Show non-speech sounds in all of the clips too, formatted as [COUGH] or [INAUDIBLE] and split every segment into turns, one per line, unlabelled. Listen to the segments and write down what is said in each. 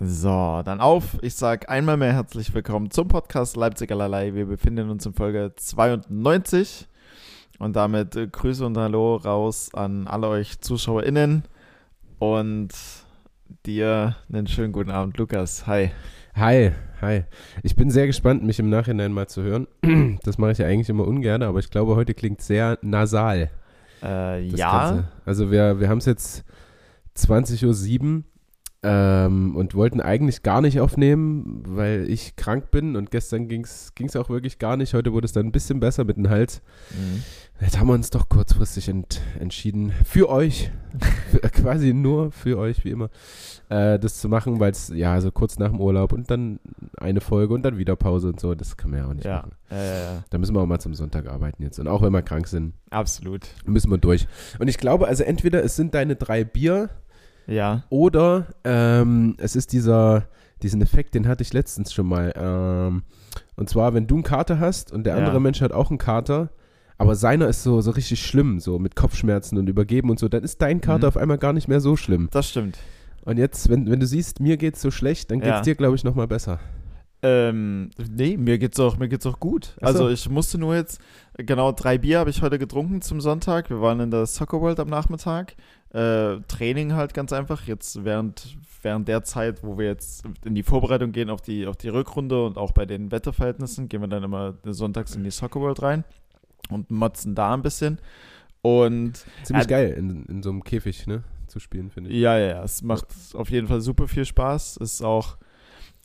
So, dann auf. Ich sage einmal mehr herzlich willkommen zum Podcast Leipzig allerlei. Wir befinden uns in Folge 92 und damit äh, Grüße und Hallo raus an alle euch ZuschauerInnen und dir einen schönen guten Abend, Lukas. Hi.
Hi, hi. Ich bin sehr gespannt, mich im Nachhinein mal zu hören. [CLEARS THROAT] Das mache ich ja eigentlich immer ungern, aber ich glaube, heute klingt sehr nasal.
Äh,
das
ja,
Ganze. Also wir, wir haben es jetzt 20.07 Uhr ähm, und wollten eigentlich gar nicht aufnehmen, weil ich krank bin und gestern ging es auch wirklich gar nicht. Heute wurde es dann ein bisschen besser mit dem Hals.
Mhm.
Jetzt haben wir uns doch kurzfristig ent, entschieden, für euch, für, quasi nur für euch, wie immer, äh, das zu machen, weil es ja so kurz nach dem Urlaub und dann eine Folge und dann wieder Pause und so, das kann man ja auch nicht
ja,
machen.
äh,
Da müssen wir auch mal zum Sonntag arbeiten jetzt. Und auch wenn wir krank sind,
absolut.
müssen wir durch. Und ich glaube, also entweder es sind deine drei Bier
Ja,
oder ähm, es ist dieser, diesen Effekt, den hatte ich letztens schon mal. Ähm, und zwar, wenn du einen Kater hast und der
Ja.
andere Mensch hat auch einen Kater, aber seiner ist so, so richtig schlimm, so mit Kopfschmerzen und Übergeben und so, dann ist dein Kater
Mhm.
auf einmal gar nicht mehr so schlimm.
das stimmt.
Und jetzt, wenn, wenn du siehst, mir geht's so schlecht, dann geht's
Ja.
dir, glaube ich, nochmal besser.
Ähm, nee, mir geht's auch, mir geht's auch gut.
Ach so.
Also ich musste nur jetzt, genau drei Bier habe ich heute getrunken zum Sonntag. Wir waren in der Soccer World am Nachmittag. Äh, Training halt ganz einfach. Jetzt während, während der Zeit, wo wir jetzt in die Vorbereitung gehen auf die, auf die Rückrunde und auch bei den Wetterverhältnissen, gehen wir dann immer sonntags in die Soccer World rein und motzen da ein bisschen. Und
Ziemlich
Ja.
geil, in, in so einem Käfig, ne, zu spielen, finde ich.
Äh, Ja, ja, ja, es macht auf jeden Fall super viel Spaß. Ist auch,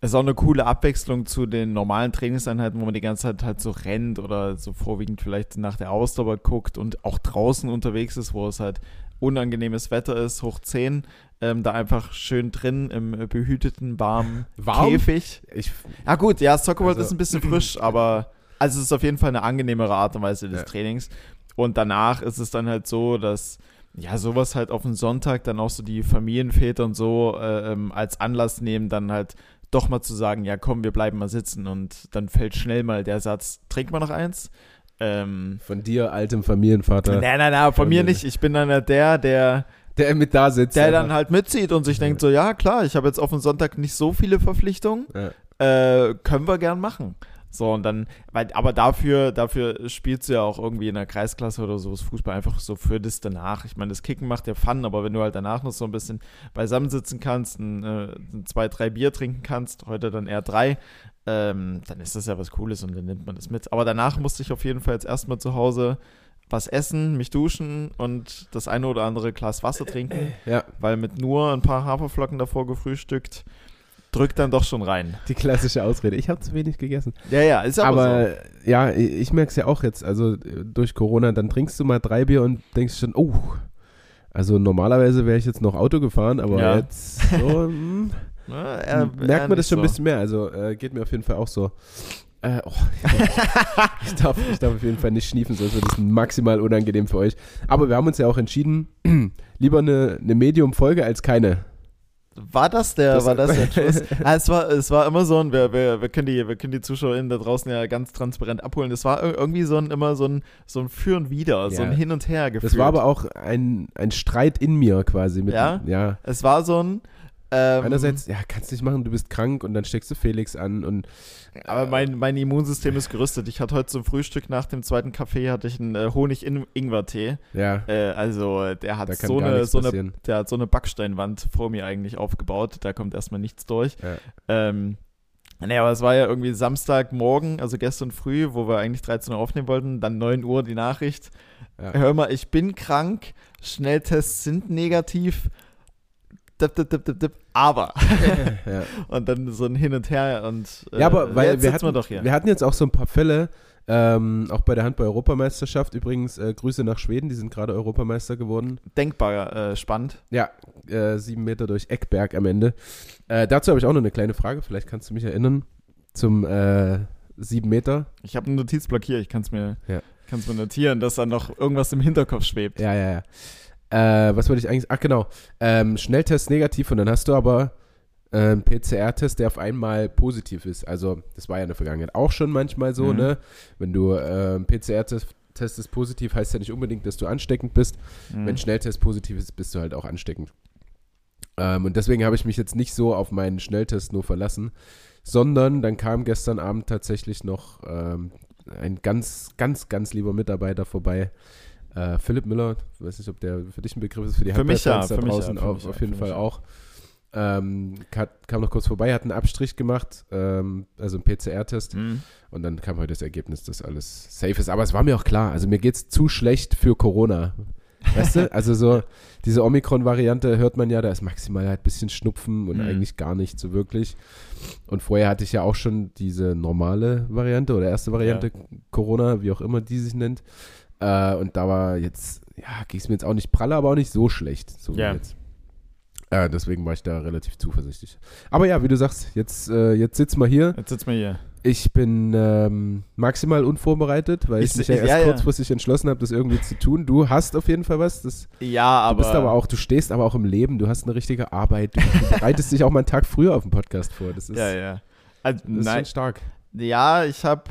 ist auch eine coole Abwechslung zu den normalen Trainingseinheiten, wo man die ganze Zeit halt so rennt oder so vorwiegend vielleicht nach der Ausdauer guckt und auch draußen unterwegs ist, wo es halt unangenehmes Wetter ist, hoch 10, ähm, da einfach schön drin im äh, behüteten, warmen
Warm?
Käfig.
Ich,
Ja gut, ja, Soccerworld
Also-
ist ein
[CLEARS THROAT]
bisschen frisch, aber also es ist auf jeden Fall eine angenehmere Art und Weise des
Ja.
Trainings. Und danach ist es dann halt so, dass ja sowas halt auf den Sonntag dann auch so die Familienväter und so äh, ähm, als Anlass nehmen, dann halt doch mal zu sagen, ja komm, wir bleiben mal sitzen und dann fällt schnell mal der Satz, trink mal noch eins. Ähm,
von dir, altem Familienvater,
Nein, nein, nein, von mir
Familie.
nicht. Ich bin dann halt der, der,
der mit da sitzt.
der
einfach.
dann halt mitzieht und sich denkt so, ja klar, ich habe jetzt auf den Sonntag nicht so viele Verpflichtungen
ja.
äh, können wir gern machen. So, und dann, weil, aber dafür, dafür spielst du ja auch irgendwie in der Kreisklasse oder so das Fußball einfach so für das danach. Ich meine, das Kicken macht ja Fun, aber wenn du halt danach noch so ein bisschen beisammensitzen kannst, ein, äh, ein zwei, drei Bier trinken kannst, heute dann eher drei, ähm, dann ist das ja was Cooles und dann nimmt man das mit. Aber danach musste ich auf jeden Fall jetzt erstmal zu Hause was essen, mich duschen und das eine oder andere Glas Wasser trinken,
ja,
weil mit nur ein paar Haferflocken davor gefrühstückt, drückt dann doch schon rein.
die klassische Ausrede. Ich habe zu wenig gegessen.
Ja, ja, ist aber,
aber ja, ich, ich merke es ja auch jetzt, also äh, durch Corona, dann trinkst du mal drei Bier und denkst schon, oh, also normalerweise wäre ich jetzt noch Auto gefahren, aber
Ja.
jetzt
[LAUGHS]
so, hm,
so. Ne, eher- eher
merkt man das
nicht
schon
so.
ein bisschen mehr. Also äh, geht mir auf jeden Fall auch so. Äh,
[LAUGHS]
oh, ich, darf, ich darf auf jeden Fall nicht schniefen, sonst wird es maximal unangenehm für euch. Aber wir haben uns ja auch entschieden, [CLEARS THROAT] lieber eine, eine Medium-Folge als keine.
War das der,
Das-
war das
[LAUGHS]
der Schluss? ah, es, war, es war immer so ein, wir, wir, wir, können die, wir können die ZuschauerInnen da draußen ja ganz transparent abholen. Es war ir- irgendwie so ein, immer so ein, so ein Für und Wider, so
Ja.
ein Hin und Her gefühlt.
Das war aber auch ein, ein Streit in mir quasi. Mit,
Ja?
Ja,
Es war so ein. Ähm,
Einerseits, ja, kannst nicht machen, du bist krank und dann steckst du Felix an und
Aber mein, mein Immunsystem ist gerüstet. Ich hatte heute zum Frühstück nach dem zweiten Kaffee hatte ich einen äh, Honig-Ingwer-Tee.
ja,
Äh, also der
da
hat
kann
so
gar
eine,
nichts
so eine [LAUGHS]
passieren.
der hat so eine Backsteinwand vor mir eigentlich aufgebaut. Da kommt erstmal nichts durch.
Ja.
Ähm, naja, aber es war ja irgendwie Samstagmorgen, also gestern früh, wo wir eigentlich 13 Uhr aufnehmen wollten, dann 9 Uhr die Nachricht.
Ja.
Hör mal, ich bin krank, Schnelltests sind negativ. Dip, dip, dip, dip, dip. Aber. [LAUGHS]
ja.
und dann so ein Hin und Her und äh,
ja, aber weil
jetzt
wir
sitzen
hatten,
wir doch hier.
wir hatten jetzt auch so ein paar Fälle, ähm, auch bei der Handball-Europameisterschaft übrigens, äh, Grüße nach Schweden, die sind gerade Europameister geworden.
Denkbar äh, spannend.
Ja, äh, sieben Meter durch Eckberg am Ende. Äh, dazu habe ich auch noch eine kleine Frage, vielleicht kannst du mich erinnern, zum äh, sieben Meter.
Ich habe einen Notizblock hier, ich kann es mir,
Ja.
kann's mir notieren, dass da noch irgendwas im Hinterkopf schwebt.
Ja, ja, ja. Äh, was wollte ich eigentlich? Ach, genau. Ähm, Schnelltest negativ und dann hast du aber äh, einen PCR-Test, der auf einmal positiv ist. Also, das war ja in der Vergangenheit auch schon manchmal so,
Mhm.
ne? Wenn du ähm, PCR-Test Test ist positiv, heißt ja nicht unbedingt, dass du ansteckend bist.
Mhm.
Wenn Schnelltest positiv ist, bist du halt auch ansteckend. Ähm, und deswegen habe ich mich jetzt nicht so auf meinen Schnelltest nur verlassen, sondern dann kam gestern Abend tatsächlich noch ähm, ein ganz, ganz, ganz lieber Mitarbeiter vorbei. Äh, Philipp Müller, ich weiß nicht, ob der für dich ein Begriff ist, für die
Für mich ja,
Handballfans da
für mich ja,
draußen
für
auf,
mich ja,
auf jeden
für
Fall
mich ja.
auch. Ähm, hat, kam noch kurz vorbei, hat einen Abstrich gemacht, ähm, also einen PCR-Test.
Hm.
Und dann kam heute das Ergebnis, dass alles safe ist. Aber es war mir auch klar, also mir geht's zu schlecht für Corona. Weißt du? Also so diese Omikron-Variante hört man ja, da ist maximal halt ein bisschen Schnupfen und
Mhm.
eigentlich gar nicht so wirklich. Und vorher hatte ich ja auch schon diese normale Variante oder erste Variante Corona, wie auch immer die sich nennt. Äh, und da war jetzt, ja, ging es mir jetzt auch nicht pralle, aber auch nicht so schlecht. So
Ja.
wie jetzt. Äh, deswegen war ich da relativ zuversichtlich. Aber ja, wie du sagst, jetzt, äh, jetzt sitzen wir hier.
Jetzt sitzen wir hier.
Ich bin ähm, maximal unvorbereitet, weil ich,
Ich-
mich ja
ich-
erst
ja, ja.
kurzfristig entschlossen habe, das irgendwie zu tun. Du hast auf jeden Fall was. Das,
Ja,
du
aber.
bist aber auch, du stehst aber auch im Leben, du hast eine richtige Arbeit. Du, du bereitest dich auch mal einen Tag früher auf den Podcast vor. Das ist,
Ja, ja. Also,
Das ist
nein,
schon stark.
Ja, ich hab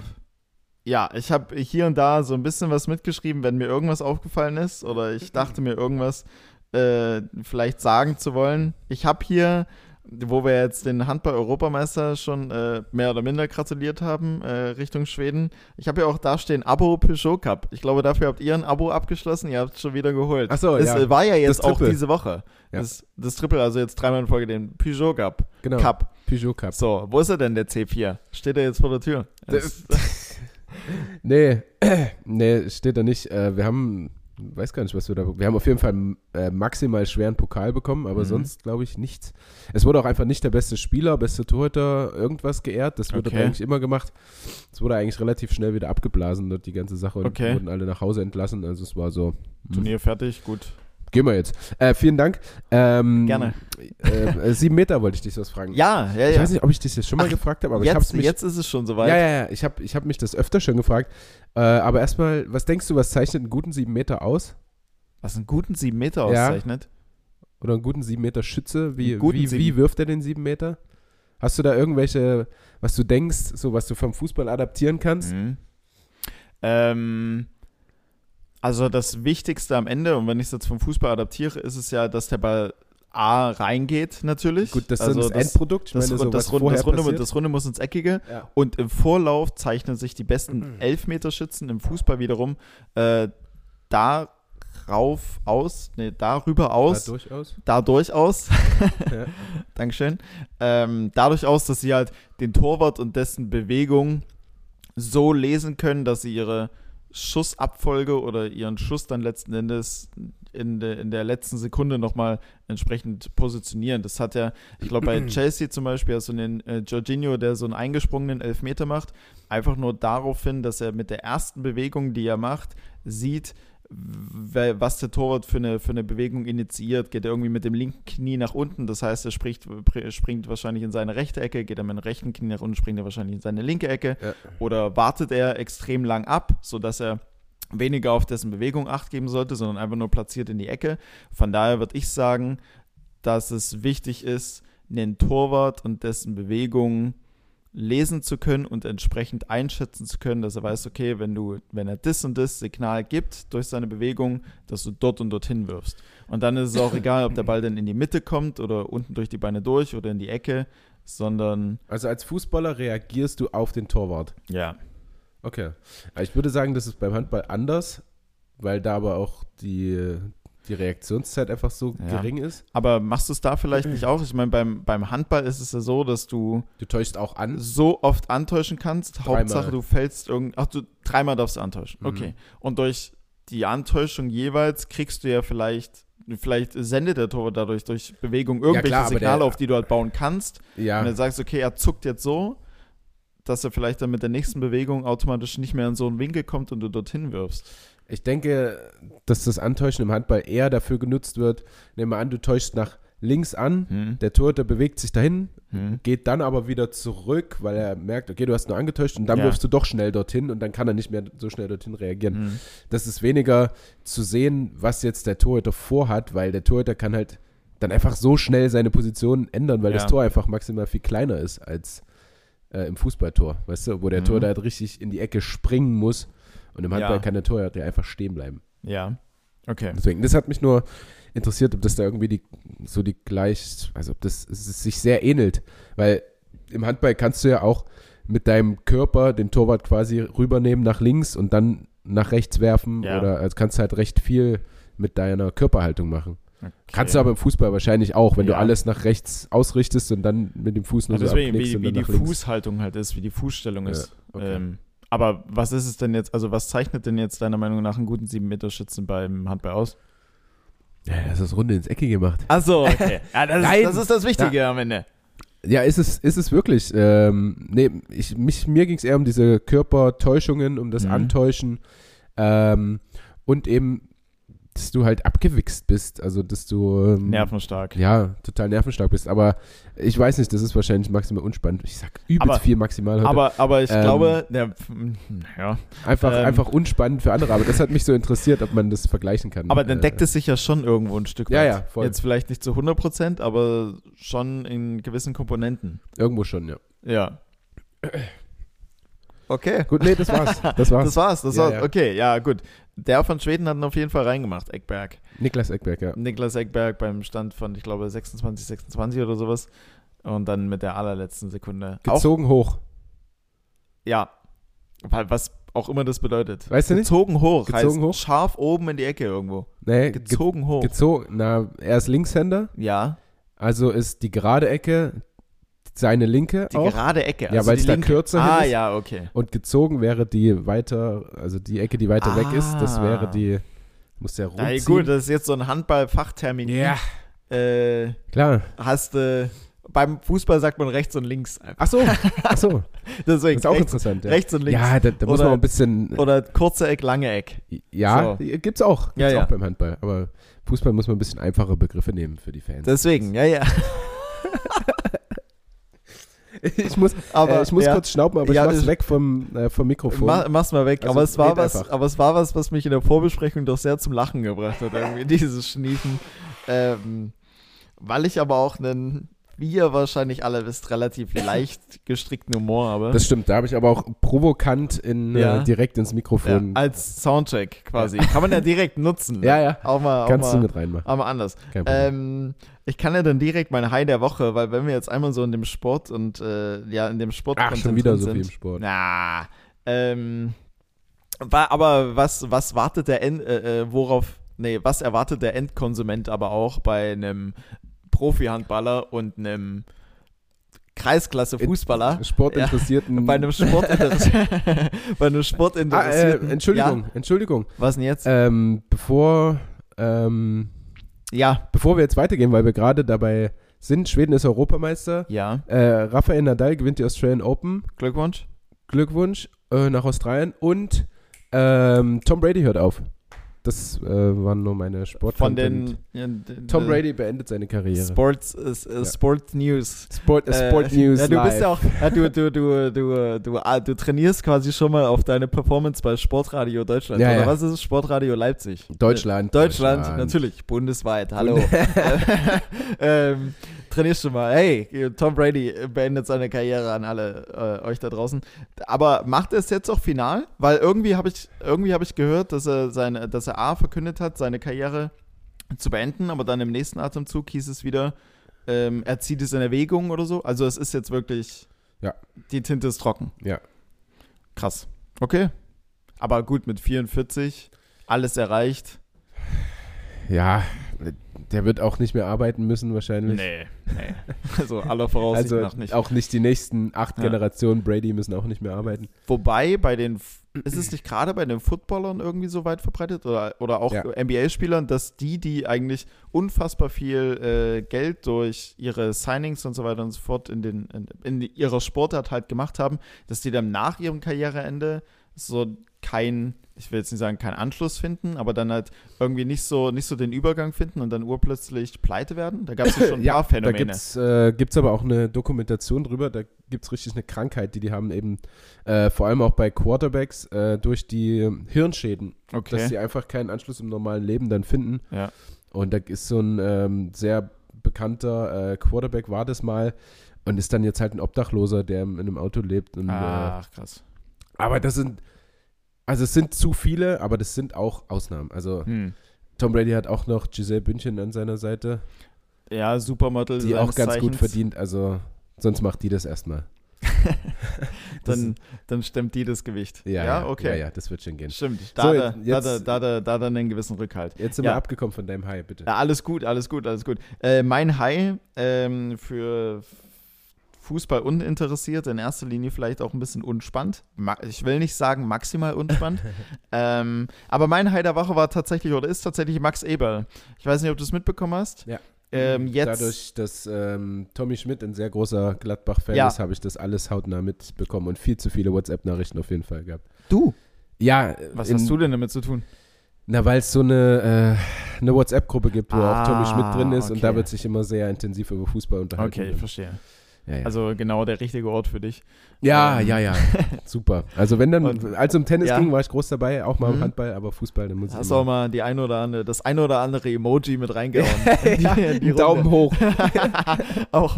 ja, ich hab hier und da so ein bisschen was mitgeschrieben, wenn mir irgendwas aufgefallen ist oder ich dachte mir irgendwas äh, vielleicht sagen zu wollen. Ich hab hier, wo wir jetzt den Handball-Europameister schon äh, mehr oder minder gratuliert haben, äh, Richtung Schweden, ich hab ja auch da stehen Abo Peugeot Cup. Ich glaube, dafür habt ihr ein Abo abgeschlossen, ihr habt es schon wieder geholt.
Ach so,
das
ja.
äh, war ja jetzt auch
Triple.
diese Woche.
Ja.
Das, das Triple, also jetzt dreimal in Folge den Peugeot Cup.
Genau.
Cup.
Peugeot Cup.
So, wo ist er denn, der C4? Steht er jetzt vor der Tür? Das,
Nee, [CLEARS THROAT] nee, steht da nicht. Äh, wir haben, weiß gar nicht, was wir da. Wir haben auf jeden Fall äh, maximal schweren Pokal bekommen, aber
Mhm.
sonst glaube ich nichts. Es wurde auch einfach nicht der beste Spieler, beste Torhüter, irgendwas geehrt. Das wurde
Okay.
dort eigentlich immer gemacht. Es wurde eigentlich relativ schnell wieder abgeblasen, dort die ganze Sache. Und
Okay.
wurden alle nach Hause entlassen. Also es war so. hm,
Turnier fertig, gut.
Gehen wir jetzt. Äh, vielen Dank. Ähm,
Gerne.
Äh, äh, sieben Meter wollte ich dich was
[LAUGHS]
fragen.
Ja, ja, ja.
Ich weiß nicht, ob ich dich das schon mal
Ach,
gefragt habe, aber ich habe es
jetzt,
mich
jetzt ist es schon soweit.
ja, ja, ja. Ich habe ich hab mich das öfter schon gefragt. Äh, aber erstmal, was denkst du, was zeichnet einen guten 7 Meter aus?
Was einen guten 7 Meter
Ja.
auszeichnet.
Oder einen guten 7 Meter Schütze? Wie,
Einen guten
wie,
sieben-
wie wirft er den 7 Meter? Hast du da irgendwelche, was du denkst, so was du vom Fußball adaptieren kannst?
Mhm. Ähm, also das Wichtigste am Ende, und wenn ich es jetzt vom Fußball adaptiere, ist es ja, dass der Ball A reingeht natürlich.
Gut, das
also
ist das Endprodukt. Ich
das,
meine,
Ru-
so
das,
was
Runde,
vorher
das, Runde,
passiert.
das Runde muss ins Eckige.
ja.
Und im Vorlauf zeichnen sich die besten Elfmeterschützen im Fußball wiederum äh, darauf aus, nee, darüber
Ja,
aus,
durchaus.
dadurch aus,
Ja.
Dankeschön, ähm, dadurch aus, dass sie halt den Torwart und dessen Bewegung so lesen können, dass sie ihre Schussabfolge oder ihren Schuss dann letzten Endes in, de, in der letzten Sekunde nochmal entsprechend positionieren. Das hat ja, ich glaube, bei Chelsea zum Beispiel, hast du den äh, Jorginho, der so einen eingesprungenen Elfmeter macht, einfach nur darauf hin, dass er mit der ersten Bewegung, die er macht, sieht, w- was der Torwart für eine, für eine Bewegung initiiert. Geht er irgendwie mit dem linken Knie nach unten, das heißt, er spricht, pr- springt wahrscheinlich in seine rechte Ecke, geht er mit dem rechten Knie nach unten, springt er wahrscheinlich in seine linke Ecke.
Ja.
Oder wartet er extrem lang ab, sodass er weniger auf dessen Bewegung acht geben sollte, sondern einfach nur platziert in die Ecke. Von daher würde ich sagen, dass es wichtig ist, einen Torwart und dessen Bewegungen lesen zu können und entsprechend einschätzen zu können, dass er weiß, okay, wenn du, wenn er das und das Signal gibt durch seine Bewegung, dass du dort und dorthin wirfst. Und dann ist es auch egal, ob der Ball dann in die Mitte kommt oder unten durch die Beine durch oder in die Ecke, sondern
Also als Fußballer reagierst du auf den Torwart.
ja.
Okay. Aber Ich würde sagen, das ist beim Handball anders, weil da aber auch die, die Reaktionszeit einfach so
Ja.
gering ist.
Aber machst du es da vielleicht nicht auch? Ich meine, beim, beim Handball ist es ja so, dass du
Du täuschst auch an.
so oft antäuschen kannst.
Dreimal.
Hauptsache, du fällst irgend. Ach, du dreimal darfst du antäuschen.
Mhm.
Okay. Und durch die Antäuschung jeweils kriegst du ja vielleicht, vielleicht sendet der Torwart dadurch durch Bewegung irgendwelche
klar, aber
Signale,
der-
auf die du halt bauen kannst.
Ja.
Und dann sagst du, okay, er zuckt jetzt so, dass er vielleicht dann mit der nächsten Bewegung automatisch nicht mehr in so einen Winkel kommt und du dorthin wirfst.
Ich denke, dass das Antäuschen im Handball eher dafür genutzt wird. Nehmen wir an, du täuschst nach links an,
Hm.
der Torhüter bewegt sich dahin,
Hm.
geht dann aber wieder zurück, weil er merkt, okay, du hast nur angetäuscht und dann
Ja.
wirfst du doch schnell dorthin und dann kann er nicht mehr so schnell dorthin reagieren.
Hm.
Das ist weniger zu sehen, was jetzt der Torhüter vorhat, weil der Torhüter kann halt dann einfach so schnell seine Position ändern, weil
Ja.
das Tor einfach maximal viel kleiner ist als äh, im Fußballtor, weißt du, wo der
Mhm.
Torhüter halt richtig in die Ecke springen muss und im Handball
Ja.
kann der Torhüter einfach stehen bleiben.
Ja. Okay.
Deswegen, das hat mich nur interessiert, ob das da irgendwie die, so die gleich, also ob das es sich sehr ähnelt. Weil im Handball kannst du ja auch mit deinem Körper den Torwart quasi rübernehmen nach links und dann nach rechts werfen
Ja.
oder also kannst halt recht viel mit deiner Körperhaltung machen.
Okay.
Kannst du aber im Fußball wahrscheinlich auch, wenn du
Ja.
alles nach rechts ausrichtest und dann mit dem Fuß nur
Ja,
so
Also deswegen,
abknickst
wie,
und
wie
dann
die
nach links.
Fußhaltung halt ist, wie die Fußstellung
Ja,
ist.
okay.
Ähm, aber was ist es denn jetzt, also was zeichnet denn jetzt deiner Meinung nach einen guten 7-Meter-Schützen beim Handball aus?
Ja, das ist Runde ins Ecke gemacht.
Achso, okay. [LAUGHS] ja, das,
Nein.
ist, das ist das Wichtige am Ende.
Ja, ist es, ist es wirklich. Ähm, nee, ich, mich, mir ging es eher um diese Körpertäuschungen, um das
Mhm.
Antäuschen ähm, und eben, dass du halt abgewichst bist, also dass du ähm,
Nervenstark.
ja, total nervenstark bist. Aber ich weiß nicht, das ist wahrscheinlich maximal unspannend. Ich sag übelst
Aber-
viel maximal heute.
Aber, aber ich
Ähm, hm,
glaube, ja, pf- ja.
einfach,
ähm,
einfach unspannend für andere. Aber das hat mich so interessiert, ob man das vergleichen kann.
aber dann
Äh,
deckt es sich ja schon irgendwo ein Stück
Ja,
weit.
ja, voll.
Jetzt vielleicht nicht zu 100 Prozent, aber schon in gewissen Komponenten.
Irgendwo schon, ja.
Ja. Okay.
Gut, nee,
[LAUGHS]
das war's. Das war's.
Das war's, das
Ja,
war's.
ja.
Okay, ja, gut. Der von Schweden hat ihn auf jeden Fall reingemacht, Eckberg.
Niklas Eckberg, ja.
Niklas Eckberg beim Stand von, ich glaube, 26, 26 oder sowas. Und dann mit der allerletzten Sekunde. Auch,
Gezogen hoch.
ja. Weil- Was auch immer das bedeutet.
Weißt du nicht?
Gezogen hoch.
Gezogen
heißt
hoch?
Scharf oben in die Ecke irgendwo.
Nee, ge-
Gezogen hoch.
gezogen. Na, er ist Linkshänder.
ja,
Also ist die gerade Ecke seine linke
die
auch
gerade Ecke.
Ja, weil's
die
da
linke-
kürzer hin
Ah,
ist.
ja, okay.
und gezogen wäre die weiter, also die Ecke, die weiter weg ist, das
Ah.
wäre die, muss der rumziehen.
Na gut, das ist jetzt so ein Handball-Fachtermin.
ja,
Äh,
klar.
hast du. beim Fußball sagt man rechts und links. einfach.
Ach so, ach
[LAUGHS]
so, das
Deswegen.
ist auch
rechts,
interessant. Ja,
rechts und links.
ja da, da muss
Oder-
man auch ein bisschen,
Oder kurze Eck, lange Eck.
ja,
so.
gibt's auch, gibt's
Ja, ja.
auch beim Handball, aber Fußball muss man ein bisschen einfache Begriffe nehmen für die Fans.
Deswegen, ja, ja.
[LAUGHS] Äh, ich muss,
Aber
äh, ich muss
ja.
kurz schnauben, aber
Ja,
ich mach's
ich-
weg vom, äh, vom Mikrofon.
Ma, mach's mal weg.
Also,
aber, es war
red
was,
einfach.
aber es war was, was mich in der Vorbesprechung doch sehr zum Lachen gebracht hat, irgendwie, [LAUGHS] dieses Schniefen. Ähm, weil ich aber auch einen, wie ihr wahrscheinlich alle wisst,
[LAUGHS]
relativ leicht gestrickten Humor habe.
das stimmt, da habe ich aber auch provokant in,
Ja.
äh, direkt ins
ja,
Mikrofon.
als Soundcheck quasi. Kann man ja direkt nutzen. ne?
Ja, ja.
Auch mal, auch
Kannst du
mal,
mit reinmachen.
auch mal anders.
Kein Problem.
Ähm, ich kann ja dann direkt mein High der Woche, weil wenn wir jetzt einmal so in dem Sport und äh, ja, in dem Sport
Ach, schon
konzentriert
wieder so
sind,
viel im Sport.
Na, ähm, war, aber was, was wartet der End, äh, äh, worauf, nee, was erwartet der Endkonsument aber auch bei einem Profi-Handballer und einem Kreisklasse-Fußballer? [LAUGHS]
Sportinteressierten.
Bei einem Sportinteressierten. [LAUGHS] bei einem
ah, äh,
Sportinteressierten.
Entschuldigung,
Ja,
Entschuldigung.
was denn jetzt?
Ähm, bevor, ähm,
ja,
bevor wir jetzt weitergehen, weil wir gerade dabei sind, Schweden ist Europameister.
ja.
Äh, Rafael Nadal gewinnt die Australian Open.
Glückwunsch.
Glückwunsch äh, nach Australien. Und ähm, Tom Brady hört auf. Das äh, waren nur meine Sport.
Von den, äh,
Tom Brady beendet seine Karriere.
Sports, äh, äh,
Ja.
Sport News.
Sport, äh, Sport
Äh,
News.
Ja, du bist
live.
ja auch, ja, du, du, du, du, du, ah, du trainierst quasi schon mal auf deine Performance bei Sportradio Deutschland.
Ja,
oder
ja.
was ist es? Sportradio Leipzig?
Deutschland.
Deutschland, natürlich, bundesweit, hallo. [LAUGHS] ähm, trainierst schon mal. Hey, Tom Brady beendet seine Karriere an alle äh, euch da draußen. Aber macht er es jetzt auch final? Weil irgendwie habe ich, irgendwie habe ich gehört, dass er seine, dass er A verkündet hat, seine Karriere zu beenden, aber dann im nächsten Atemzug hieß es wieder, ähm, er zieht es in Erwägung oder so. Also es ist jetzt wirklich,
Ja.
die Tinte ist trocken.
Ja.
Krass. Okay. Aber gut, mit 44, alles erreicht.
Ja, der wird auch nicht mehr arbeiten müssen wahrscheinlich.
Nee, nee. [LAUGHS] Also aller Voraussicht
also
nach nicht.
auch nicht die nächsten acht
Ja.
Generationen Brady müssen auch nicht mehr arbeiten.
Wobei bei den, F- ist es nicht gerade bei den Footballern irgendwie so weit verbreitet oder, oder auch
Ja.
NBA-Spielern, dass die, die eigentlich unfassbar viel äh, Geld durch ihre Signings und so weiter und so fort in, den, in, in ihrer Sportart halt gemacht haben, dass die dann nach ihrem Karriereende so kein, ich will jetzt nicht sagen, keinen Anschluss finden, aber dann halt irgendwie nicht so, nicht so den Übergang finden und dann urplötzlich pleite werden. Da gab es ja
[LAUGHS]
schon ein paar
da
Phänomene.
gibt's äh, gibt's aber auch eine Dokumentation drüber. Da gibt's richtig eine Krankheit, die die haben eben äh, vor allem auch bei Quarterbacks äh, durch die Hirnschäden, dass sie einfach keinen Anschluss im normalen Leben dann finden.
Ja.
Und da ist so ein ähm, sehr bekannter äh, Quarterback war das mal und ist dann jetzt halt ein Obdachloser, der in einem Auto lebt und äh,
Ach, krass.
Aber das sind, also es sind zu viele, aber das sind auch Ausnahmen. Also
Hm.
Tom Brady hat auch noch Giselle Bündchen an seiner Seite,
Ja, Supermodel.
die auch
seines
ganz gut
Zeichens.
verdient. Also sonst macht die das erstmal. Das-
[LAUGHS] Dann, dann stemmt die das Gewicht.
ja, ja,
okay.
Ja, ja, das wird schon gehen.
Stimmt. Da,
So,
da, da,
jetzt-
da, da, da, da dann einen gewissen Rückhalt.
Jetzt sind
Ja.
wir abgekommen von deinem High, bitte.
Ja, alles gut, alles gut, alles gut. Äh, mein High ähm, für Fußball uninteressiert, in erster Linie vielleicht auch ein bisschen unspannend. Ma ich will nicht sagen maximal
[LAUGHS]
unspannend. ähm, aber mein High der Woche war tatsächlich oder ist tatsächlich Max Eberl. Ich weiß nicht, ob du es mitbekommen hast.
Ja.
Ähm, jetzt.
Dadurch, dass ähm, Tommy Schmidt ein sehr großer Gladbach-Fan
Ja.
ist, habe ich das alles hautnah mitbekommen und viel zu viele WhatsApp-Nachrichten auf jeden Fall gehabt.
du.
Ja, äh,
Was
in,
hast du denn damit zu tun?
Na, weil es so eine, äh, eine WhatsApp-Gruppe gibt, wo
Ah,
auch Tommy Schmidt drin ist und da
okay.
wird sich immer sehr intensiv über Fußball unterhalten.
Okay, ich verstehe.
ja, ja.
Also genau der richtige Ort für dich.
ja,
ähm, [LAUGHS]
ja, ja. Super. Also wenn dann,
Und-
als um Tennis
ja.
ging, war ich groß dabei, auch mal im
Mhm.
Handball, aber Fußball, dann muss ich
Hast
immer-
auch mal die ein oder andere, das ein oder andere Emoji mit reingehauen.
[LAUGHS] ja,
in die
einen Daumen
Runde.
hoch.
[LAUGHS] auch,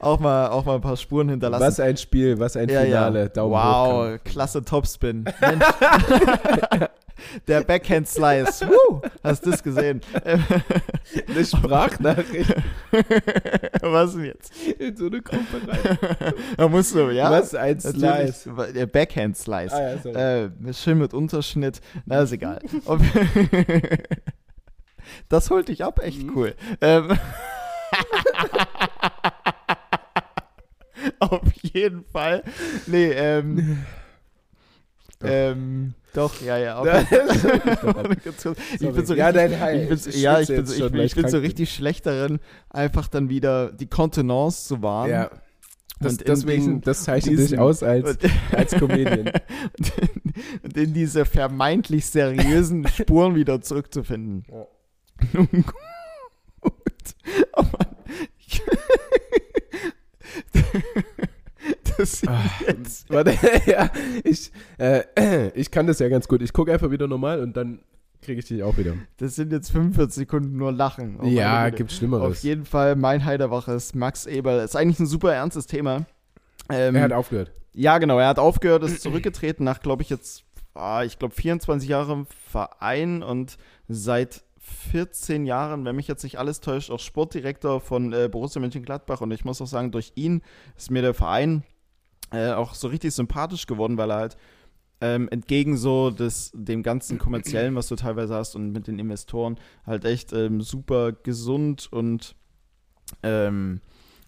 auch, mal, auch mal ein paar Spuren hinterlassen.
Was ein Spiel, was ein Finale. Daumen hoch.
wow,
Kampf.
klasse Topspin. Mensch. [LAUGHS] Der Backhand Slice. Woo, hast du das gesehen? Ähm,
[LAUGHS] Eine Sprachnachricht
[LAUGHS] Was denn
[LAUGHS]
jetzt?
[LAUGHS] in so eine Gruppe rein.
Da musst du, ja.
Was ein
Natürlich,
Slice.
Der Backhand Slice.
Ah, ja, sorry. [LAUGHS]
[LAUGHS] Äh, schön mit Unterschnitt. Na, ist egal. Ob- [LAUGHS] das holt dich ab,
Mhm.
echt cool. Ähm, [LAUGHS] auf jeden Fall. Nee, ähm.
Doch.
Ähm, doch, ja, [LAUGHS] ja. Auf ich bin so
ja,
richtig,
dein High.
ich bin, so- ja, ich bin,
schwitze jetzt
so-
schon,
ich bin,
weil
ich bin
krank
so richtig schlecht darin, einfach dann wieder die Kontenance zu wahren.
Ja. Das,
Und in
deswegen,
diesen-
das zeichnet
diesen-
dich aus als,
Und- [LAUGHS]
als Comedian.
und, in, und in diese vermeintlich seriösen
[LAUGHS]
Spuren wieder zurückzufinden.
Ja.
Nun gut. Oh Mann. [LAUGHS] Ich- Das
Ah.
sieht jetzt.
Warte, [LAUGHS] ja, ich, äh, [CLEARS THROAT] ich kann das ja ganz gut. Ich gucke einfach wieder normal und dann kriege ich dich auch wieder.
Das sind jetzt 45 Sekunden nur Lachen. Oh meine
ja,
Güte.
gibt
Auf
Schlimmeres.
jeden Fall, mein Heiderwache ist Max Eberl. Ist eigentlich ein super ernstes Thema. Ähm,
Er hat aufgehört.
Ja, genau. Er hat aufgehört, ist zurückgetreten nach, glaube ich, jetzt, ah, ich glaube, 24 Jahre im Verein und seit 14 Jahren, wenn mich jetzt nicht alles täuscht, auch Sportdirektor von äh, Borussia Mönchengladbach. Und ich muss auch sagen, durch ihn ist mir der Verein äh, auch so richtig sympathisch geworden, weil er halt ähm, entgegen so des, dem ganzen kommerziellen, was du teilweise hast und mit den Investoren, halt echt ähm, super gesund und ähm,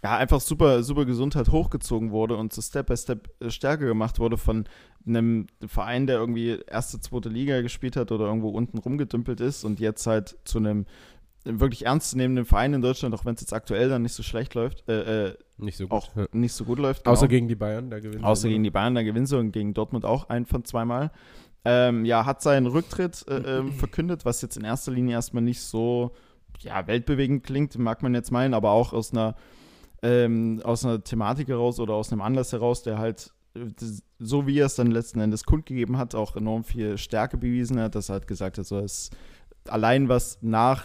ja, einfach super, super gesund halt hochgezogen wurde und zu Step by Step äh, stärker gemacht wurde von einem Verein, der irgendwie erste, zweite Liga gespielt hat oder irgendwo unten rumgedümpelt ist und jetzt halt zu einem äh, wirklich ernstzunehmenden Verein in Deutschland, auch wenn es jetzt aktuell dann nicht so schlecht läuft, äh, äh,
Nicht so
auch nicht so gut läuft.
Außer
genau.
gegen die Bayern, da gewinnen Also
Außer gegen die Bayern, da gewinnen sie und gegen Dortmund auch ein von zweimal. Ähm, ja, hat seinen Rücktritt äh, ähm, verkündet, was jetzt in erster Linie erstmal nicht so ja, weltbewegend klingt, mag man jetzt meinen, aber auch aus einer, ähm, aus einer Thematik heraus oder aus einem Anlass heraus, der halt, äh, das- so wie er es dann letzten Endes kundgegeben hat, auch enorm viel Stärke bewiesen hat, dass er halt gesagt hat, so es allein was nach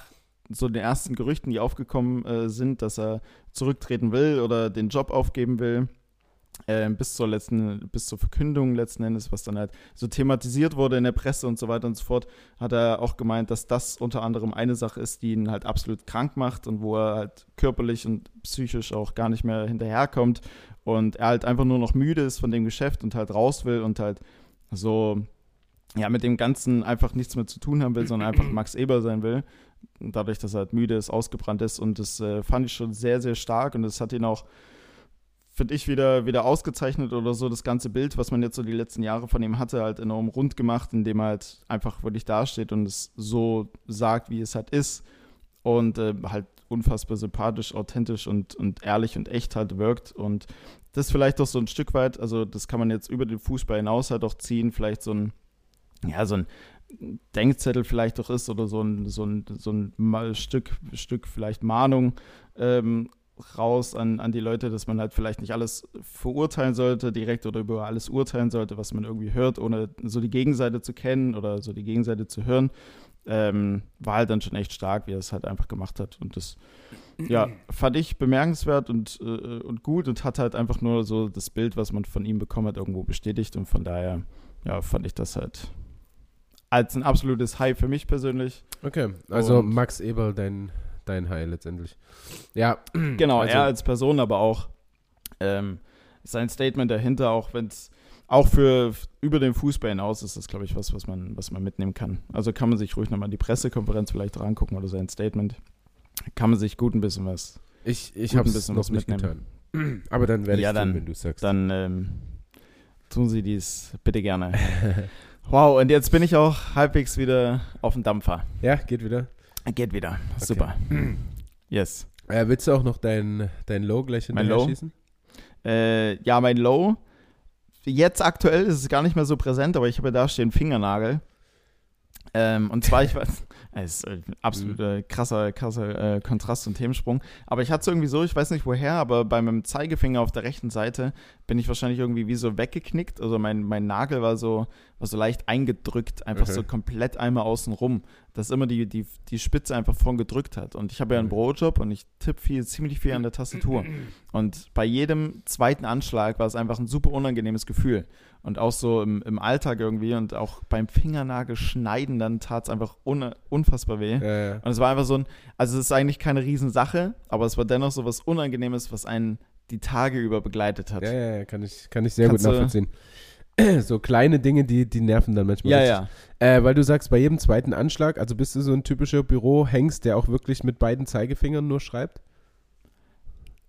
so den ersten Gerüchten, die aufgekommen äh, sind, dass er zurücktreten will oder den Job aufgeben will, äh, bis zur letzten, bis zur Verkündung letzten Endes, was dann halt so thematisiert wurde in der Presse und so weiter und so fort, hat er auch gemeint, dass das unter anderem eine Sache ist, die ihn halt absolut krank macht und wo er halt körperlich und psychisch auch gar nicht mehr hinterherkommt und er halt einfach nur noch müde ist von dem Geschäft und halt raus will und halt so ja mit dem Ganzen einfach nichts mehr zu tun haben will, sondern einfach Max Eber sein will. Und Dadurch, dass er halt müde ist, ausgebrannt ist und das äh, fand ich schon sehr, sehr stark und das hat ihn auch finde ich, wieder, wieder ausgezeichnet oder so das ganze Bild, was man jetzt so die letzten Jahre von ihm hatte, halt enorm rund gemacht, indem er halt einfach wirklich dasteht und es so sagt, wie es halt ist. Und äh, halt unfassbar sympathisch, authentisch und, und ehrlich und echt halt wirkt. Und das vielleicht auch so ein Stück weit, also das kann man jetzt über den Fußball hinaus halt auch ziehen, vielleicht so ein, ja, so ein Denkzettel vielleicht doch ist oder so ein, so ein, so ein mal Stück, Stück vielleicht Mahnung ähm, raus an, an die Leute, dass man halt vielleicht nicht alles verurteilen sollte, direkt oder über alles urteilen sollte, was man irgendwie hört, ohne so die Gegenseite zu kennen oder so die Gegenseite zu hören. Ähm, war halt dann schon echt stark, wie er es halt einfach gemacht hat. Und das, ja, fand ich bemerkenswert und, äh, und gut und hat halt einfach nur so das Bild, was man von ihm bekommen hat, irgendwo bestätigt. Und von daher, ja, fand ich das halt als ein absolutes High für mich persönlich.
Okay, also
Und-
Max Eberl, dein, dein High letztendlich. Ja,
Genau,
Also-
er als Person, aber auch ähm, sein Statement dahinter, auch wenn es auch für f- über den Fußball hinaus ist das, glaube ich, was, was man, was man mitnehmen kann. Also kann man sich ruhig nochmal die Pressekonferenz vielleicht rangucken oder sein Statement. Kann man sich gut ein bisschen was.
ich, ich
Gut,
habe
ein
es
bisschen
noch
was
nicht
mitnehmen.
getan. [CLEARS THROAT] Aber dann werde ich
Ja,
es tun,
dann-
wenn du es sagst.
Dann ähm, tun Sie dies bitte gerne. Wow, und jetzt bin ich auch halbwegs wieder auf dem Dampfer.
Ja, geht wieder.
Geht wieder. Super. Yes.
Äh, willst du auch noch dein, dein Low gleich
Mein
hinterher
Low?
schießen?
Äh, ja, mein Low. Jetzt aktuell ist es gar nicht mehr so präsent, aber ich habe ja da stehen Fingernagel. Ähm, und zwar, ich weiß, [LAUGHS] es ist äh, absolut äh, krasser, krasser äh, Kontrast und Themensprung. Aber ich hatte es irgendwie so, ich weiß nicht woher, aber bei meinem Zeigefinger auf der rechten Seite bin ich wahrscheinlich irgendwie wie so weggeknickt. Also mein, mein Nagel war so, war so leicht eingedrückt, einfach
Okay.
so komplett einmal außen rum, dass immer die, die, die Spitze einfach vorn gedrückt hat. Und ich habe ja einen
Mhm.
Bürojob und ich tippe viel, ziemlich viel an der Tastatur. Und bei jedem zweiten Anschlag war es einfach ein super unangenehmes Gefühl. Und auch so im, im Alltag irgendwie und auch beim Fingernagel schneiden, dann tat es einfach un, unfassbar weh.
Äh,
Und es war einfach so ein, also es ist eigentlich keine Riesensache, aber es war dennoch so was Unangenehmes, was einen die Tage über begleitet hat.
ja, ja, ja, kann ich, kann ich sehr
Kannst
gut
du-
nachvollziehen. [CLEARS THROAT] So kleine Dinge, die, die nerven dann manchmal.
ja.
richtig.
ja.
Äh, weil du sagst, bei jedem zweiten Anschlag, also bist du so ein typischer Bürohengst, der auch wirklich mit beiden Zeigefingern nur schreibt?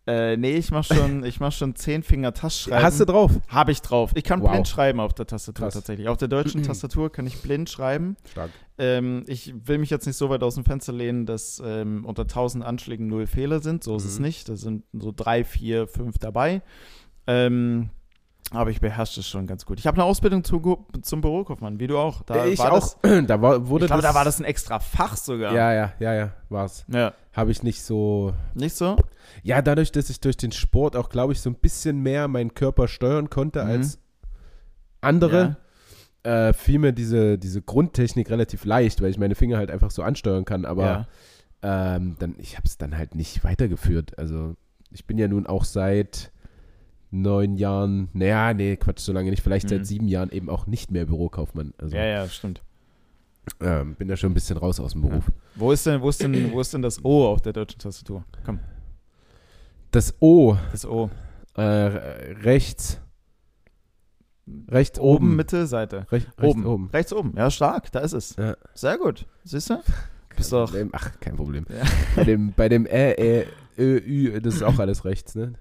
Äh, nee, ich mach
[LAUGHS]
schon, ich mach schon zehn Finger Taschschreiben.
Hast du drauf?
Habe ich drauf. Ich kann
Wow.
blind schreiben auf der Tastatur
Krass.
tatsächlich. Auf der
[CLEARS THROAT]
deutschen Tastatur kann ich blind schreiben.
Stark.
Ähm, ich will mich jetzt nicht so weit aus dem Fenster lehnen, dass ähm, unter 1000 Anschlägen null Fehler sind. So ist es
Mhm.
nicht. Da sind so drei, vier, fünf dabei. Ähm, aber ich beherrsche es schon ganz gut. Ich habe eine Ausbildung zu, zum Bürokaufmann, wie du auch. Da
Äh, ich
war
auch.
Das,
[CLEARS THROAT] da war, wurde
ich glaube,
das,
da war das ein extra Fach sogar.
Ja, ja, ja, ja, war's.
Ja.
Habe ich nicht so.
Nicht so?
Ja, dadurch, dass ich durch den Sport auch, glaube ich, so ein bisschen mehr meinen Körper steuern konnte
Mhm.
als andere, äh, fiel mir diese, diese Grundtechnik relativ leicht, weil ich meine Finger halt einfach so ansteuern kann.
Ja.
Aber ähm, dann, ich habe es dann halt nicht weitergeführt. Also ich bin ja nun auch seit neun Jahren, naja, nee, Quatsch, so lange nicht, vielleicht
Mhm.
seit sieben Jahren eben auch nicht mehr Bürokaufmann. Also
ja, ja, stimmt.
Ähm, bin da schon ein bisschen raus aus dem Beruf.
Wo ist, denn, wo, ist denn, wo ist denn das O auf der deutschen Tastatur? Komm,
Das O
das O.
Äh, rechts. Rechts
Oben,
oben.
Mitte, Seite.
Rech, rechts
Oben.
oben. oben.
Rechts oben. Ja, stark, da ist es.
Ja.
Sehr gut. Siehst du? Bist
Kein
doch-
Problem. Ach, kein Problem.
Ja.
Bei dem, bei dem Ä, Ä, Ö, Ü, das ist auch alles rechts, ne?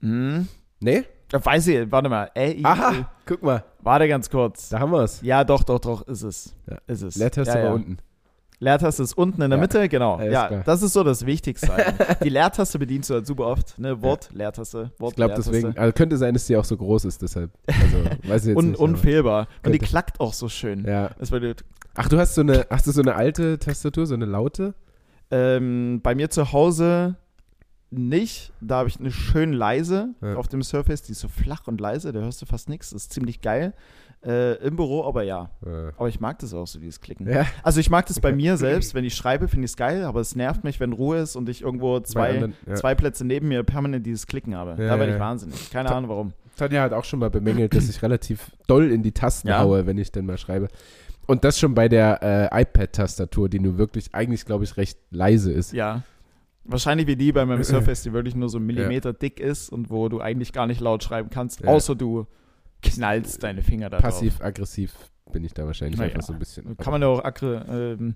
Mhm.
Nee?
Ja, Weiß ich, warte mal. Äh, I, Ö.
Aha, guck mal.
Warte ganz kurz.
Da haben wir es.
Ja, doch, doch, doch, ist es.
Ja.
Ist es.
Leertaste
ja,
war
ja.
unten.
Leertaste ist unten in der
Ja.
Mitte, genau.
Alles
Ja,
klar.
das ist so das
[LAUGHS]
Wichtigste. eigentlich. Die Leertaste bedienst du halt super oft. Ne? Wort, Leertaste, Wort,
Ich glaube
Leertaste.
deswegen, also könnte sein, dass die auch so groß ist, deshalb.
[LAUGHS]
Also, weiß ich jetzt
Un
nicht.
unfehlbar. Und die
Könnte.
klackt auch so schön.
aber- Ja.
Das war die,
Ach, du hast so eine, hast du so eine alte Tastatur, so eine laute?
ähm, bei mir zu Hause nicht. Da habe ich eine schön leise
Ja.
auf dem Surface. Die ist so flach und leise, da hörst du fast nichts. Ist ziemlich geil. Äh, Im Büro aber ja.
Äh,
Aber ich mag das auch so, dieses Klicken.
Ja.
Also ich mag das bei mir selbst, wenn ich schreibe, finde ich es geil, aber es nervt mich, wenn Ruhe ist und ich irgendwo
bei
zwei,
anderen- ja.
zwei Plätze neben mir permanent dieses Klicken habe.
Ja,
da werde
ja,
ich
ja.
wahnsinnig. Keine
Ta-
Ahnung warum.
Tanja hat halt auch schon mal bemängelt, dass ich relativ doll in die Tasten
Ja.
haue, wenn ich denn mal schreibe. Und das schon bei der äh, iPad-Tastatur, die nun wirklich eigentlich, glaube ich, recht leise ist.
Ja. Wahrscheinlich wie die bei
[LAUGHS]
meinem Surface, die wirklich nur so einen Millimeter dick ist und wo du eigentlich gar nicht laut schreiben kannst,
Ja.
außer du knallst deine Finger da drauf.
Passiv-aggressiv bin ich da wahrscheinlich
Na
einfach
ja.
so ein bisschen.
Kann man ja auch Aggre, ähm,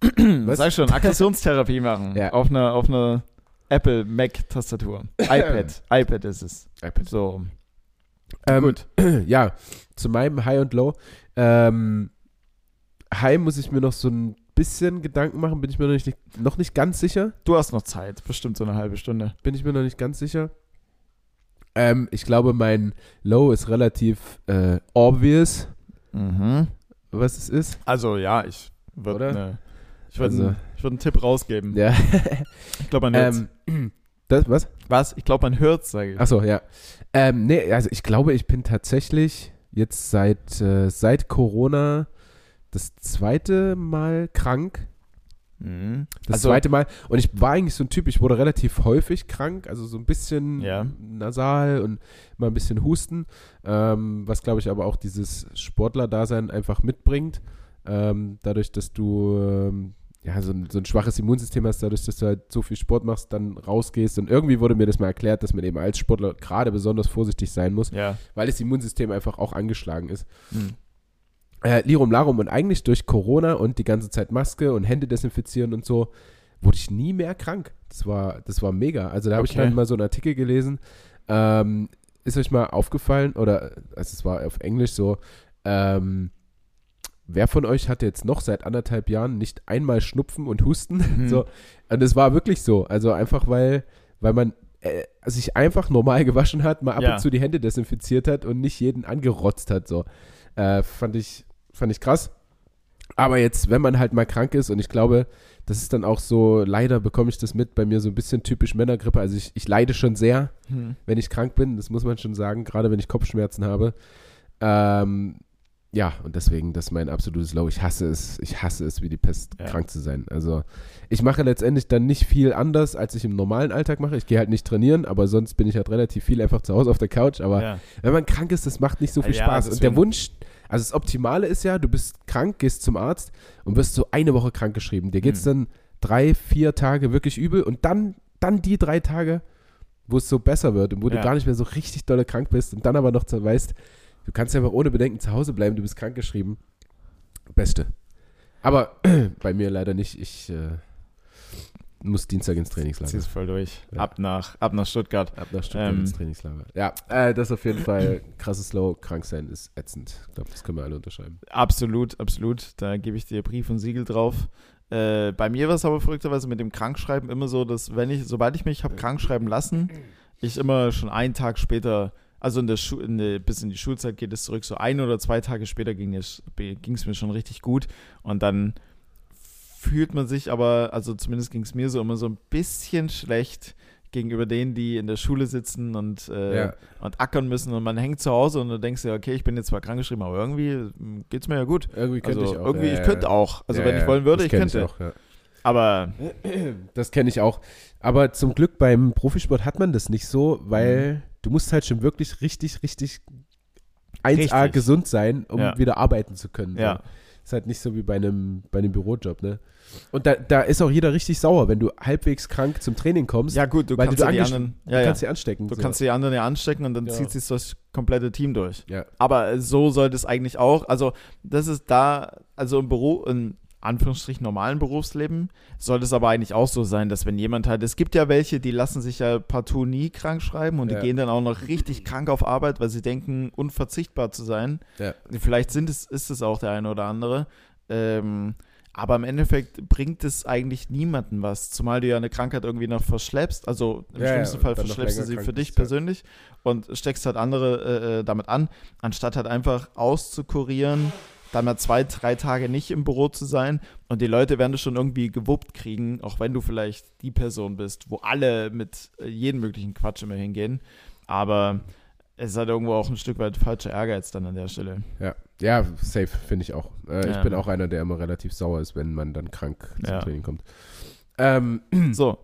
[CLEARS THROAT]
Was?
sag schon, Aggressionstherapie machen.
Ja.
Auf einer auf einer Apple
[LAUGHS]
Mac-Tastatur. iPad. iPad ist es.
iPad.
So.
Ähm,
Gut.
[CLEARS THROAT] Ja, zu meinem High und Low. Ähm, High muss ich mir noch so ein bisschen Gedanken machen, bin ich mir noch nicht, noch nicht ganz sicher.
Du hast noch Zeit, bestimmt so eine halbe Stunde.
Bin ich mir noch nicht ganz sicher. Ähm, ich glaube, mein Low ist relativ äh, obvious, was es ist.
Also ja, ich würde
Mhm. Oder?
ne, ich würd
Also-
einen- ich würd einen Tipp rausgeben.
Ja.
Ich glaube, man hört
ähm, [CLEARS THROAT] das, was?
Was? Ich glaube, man hört sage ich.
Achso, ja. Ähm, nee, also ich glaube, ich bin tatsächlich jetzt seit, äh, seit Corona das zweite Mal krank.
Mhm.
Das
Also-
zweite Mal. Und ich war eigentlich so ein Typ, ich wurde relativ häufig krank, also so ein bisschen
Ja.
nasal und mal ein bisschen Husten, ähm, was glaube ich aber auch dieses Sportler-Dasein einfach mitbringt. Ähm, dadurch, dass du ähm, ja, so, ein, so ein schwaches Immunsystem hast, dadurch, dass du halt so viel Sport machst, dann rausgehst. Und irgendwie wurde mir das mal erklärt, dass man eben als Sportler gerade besonders vorsichtig sein muss,
Ja.
weil das Immunsystem einfach auch angeschlagen ist
Mhm.
äh, Lirum Larum und eigentlich durch Corona und die ganze Zeit Maske und Hände desinfizieren und so, wurde ich nie mehr krank. Das war, das war mega. Also da habe ich
Okay.
dann mal so einen Artikel gelesen. Ähm, ist euch mal aufgefallen, oder also es war auf Englisch so, ähm, wer von euch hatte jetzt noch seit anderthalb Jahren nicht einmal Schnupfen und Husten? [LAUGHS]
Mhm.
So, und es war wirklich so. Also einfach, weil, weil man äh, sich einfach normal [LAUGHS] gewaschen hat, mal ab
Ja.
und zu die Hände desinfiziert hat und nicht jeden angerotzt hat. So. Äh, fand, ich, fand ich krass. Aber jetzt, wenn man halt mal krank ist, und ich glaube, das ist dann auch so, leider bekomme ich das mit, bei mir so ein bisschen typisch Männergrippe. Also ich, ich leide schon sehr,
Mhm.
wenn ich krank bin, das muss man schon sagen, gerade wenn ich Kopfschmerzen habe. Ähm, ja, und deswegen, das ist mein absolutes Low. Ich hasse es, ich hasse es, wie die Pest,
Ja.
krank zu sein. Also ich mache letztendlich dann nicht viel anders, als ich im normalen Alltag mache. Ich gehe halt nicht trainieren, aber sonst bin ich halt relativ viel einfach zu Hause auf der Couch. Aber
Ja.
wenn man krank ist, das macht nicht so viel
Ja,
Spaß. Und der
deswegen-
Wunsch, also das Optimale ist ja, du bist krank, gehst zum Arzt und wirst so eine Woche krank geschrieben. Dir geht
Hm.
es dann drei, vier Tage wirklich übel und dann, dann die drei Tage, wo es so besser wird und wo
Ja.
du gar nicht mehr so richtig dolle krank bist und dann aber noch so weißt, du kannst einfach ohne Bedenken zu Hause bleiben, du bist krank geschrieben. Beste. Aber [CLEARS THROAT] bei mir leider nicht. Ich äh, muss Dienstag ins Trainingslager.
Zieh's voll durch.
Ja.
Ab, nach, ab nach Stuttgart.
Ab nach Stuttgart
Ähm.
ins Trainingslager. Ja, äh, das ist auf jeden Fall krasses Low. Krank sein ist ätzend. Ich glaube, das können wir alle unterschreiben.
Absolut, absolut. Da gebe ich dir Brief und Siegel drauf. Äh, bei mir war es aber verrückterweise mit dem Krankschreiben immer so, dass wenn ich, sobald ich mich habe krankschreiben lassen, ich immer schon einen Tag später, also in der Schu in der, bis in die Schulzeit geht es zurück, so ein oder zwei Tage später ging es ging es mir schon richtig gut und dann fühlt man sich aber, also zumindest ging es mir so immer so ein bisschen schlecht gegenüber denen, die in der Schule sitzen und äh,
Ja.
und ackern müssen und man hängt zu Hause und du denkst dir, okay, ich bin jetzt zwar krankgeschrieben, aber irgendwie mm, geht's mir ja gut.
Irgendwie könnte
also
ich auch.
irgendwie,
ja, ja,
ich könnte
ja.
auch. Also
Ja,
wenn
ja,
ich wollen würde,
das
ich
kenn
könnte.
auch, ja.
Aber
Das kenne ich auch. Aber zum Glück beim Profisport hat man das nicht so, weil
Mhm.
du musst halt schon wirklich richtig, richtig 1A
Richtig.
gesund sein, um
Ja.
wieder arbeiten zu können. So.
ja,
Ist halt nicht so wie bei einem, bei einem Bürojob, ne? Und da, da ist auch jeder richtig sauer, wenn du halbwegs krank zum Training kommst.
ja gut, du
weil
kannst
du
ja die
angesch-
anderen,
du
ja, ja.
kannst sie anstecken.
du
so.
kannst die anderen ja anstecken und dann
Ja.
zieht sich das komplette Team durch.
ja.
Aber äh, so sollte es eigentlich auch. Also, das ist da, also im Büro, in Anführungsstrichen normalen Berufsleben, sollte es aber eigentlich auch so sein, dass wenn jemand halt, es gibt ja welche, die lassen sich ja partout nie krank schreiben und
Ja.
die gehen dann auch noch richtig krank auf Arbeit, weil sie denken, unverzichtbar zu sein.
Ja.
Vielleicht sind es, ist es auch der eine oder andere. Ähm, aber im Endeffekt bringt es eigentlich niemanden was, zumal du ja eine Krankheit irgendwie noch verschleppst. Also im
Ja, ja,
schlimmsten
und
Fall
dann noch
verschleppst du
länger
sie
krank
für dich
bist, ja.
persönlich und steckst halt andere äh, äh, damit an, anstatt halt einfach auszukurieren, dann mal zwei, drei Tage nicht im Büro zu sein und die Leute werden das schon irgendwie gewuppt kriegen, auch wenn du vielleicht die Person bist, wo alle mit äh, jedem möglichen Quatsch immer hingehen. Aber es ist halt irgendwo auch ein Stück weit falscher Ehrgeiz dann an der Stelle.
Ja, ja safe, finde ich auch. Äh, Ich
Ja.
bin auch einer, der immer relativ sauer ist, wenn man dann krank zum
Ja.
Training kommt. Ähm,
So,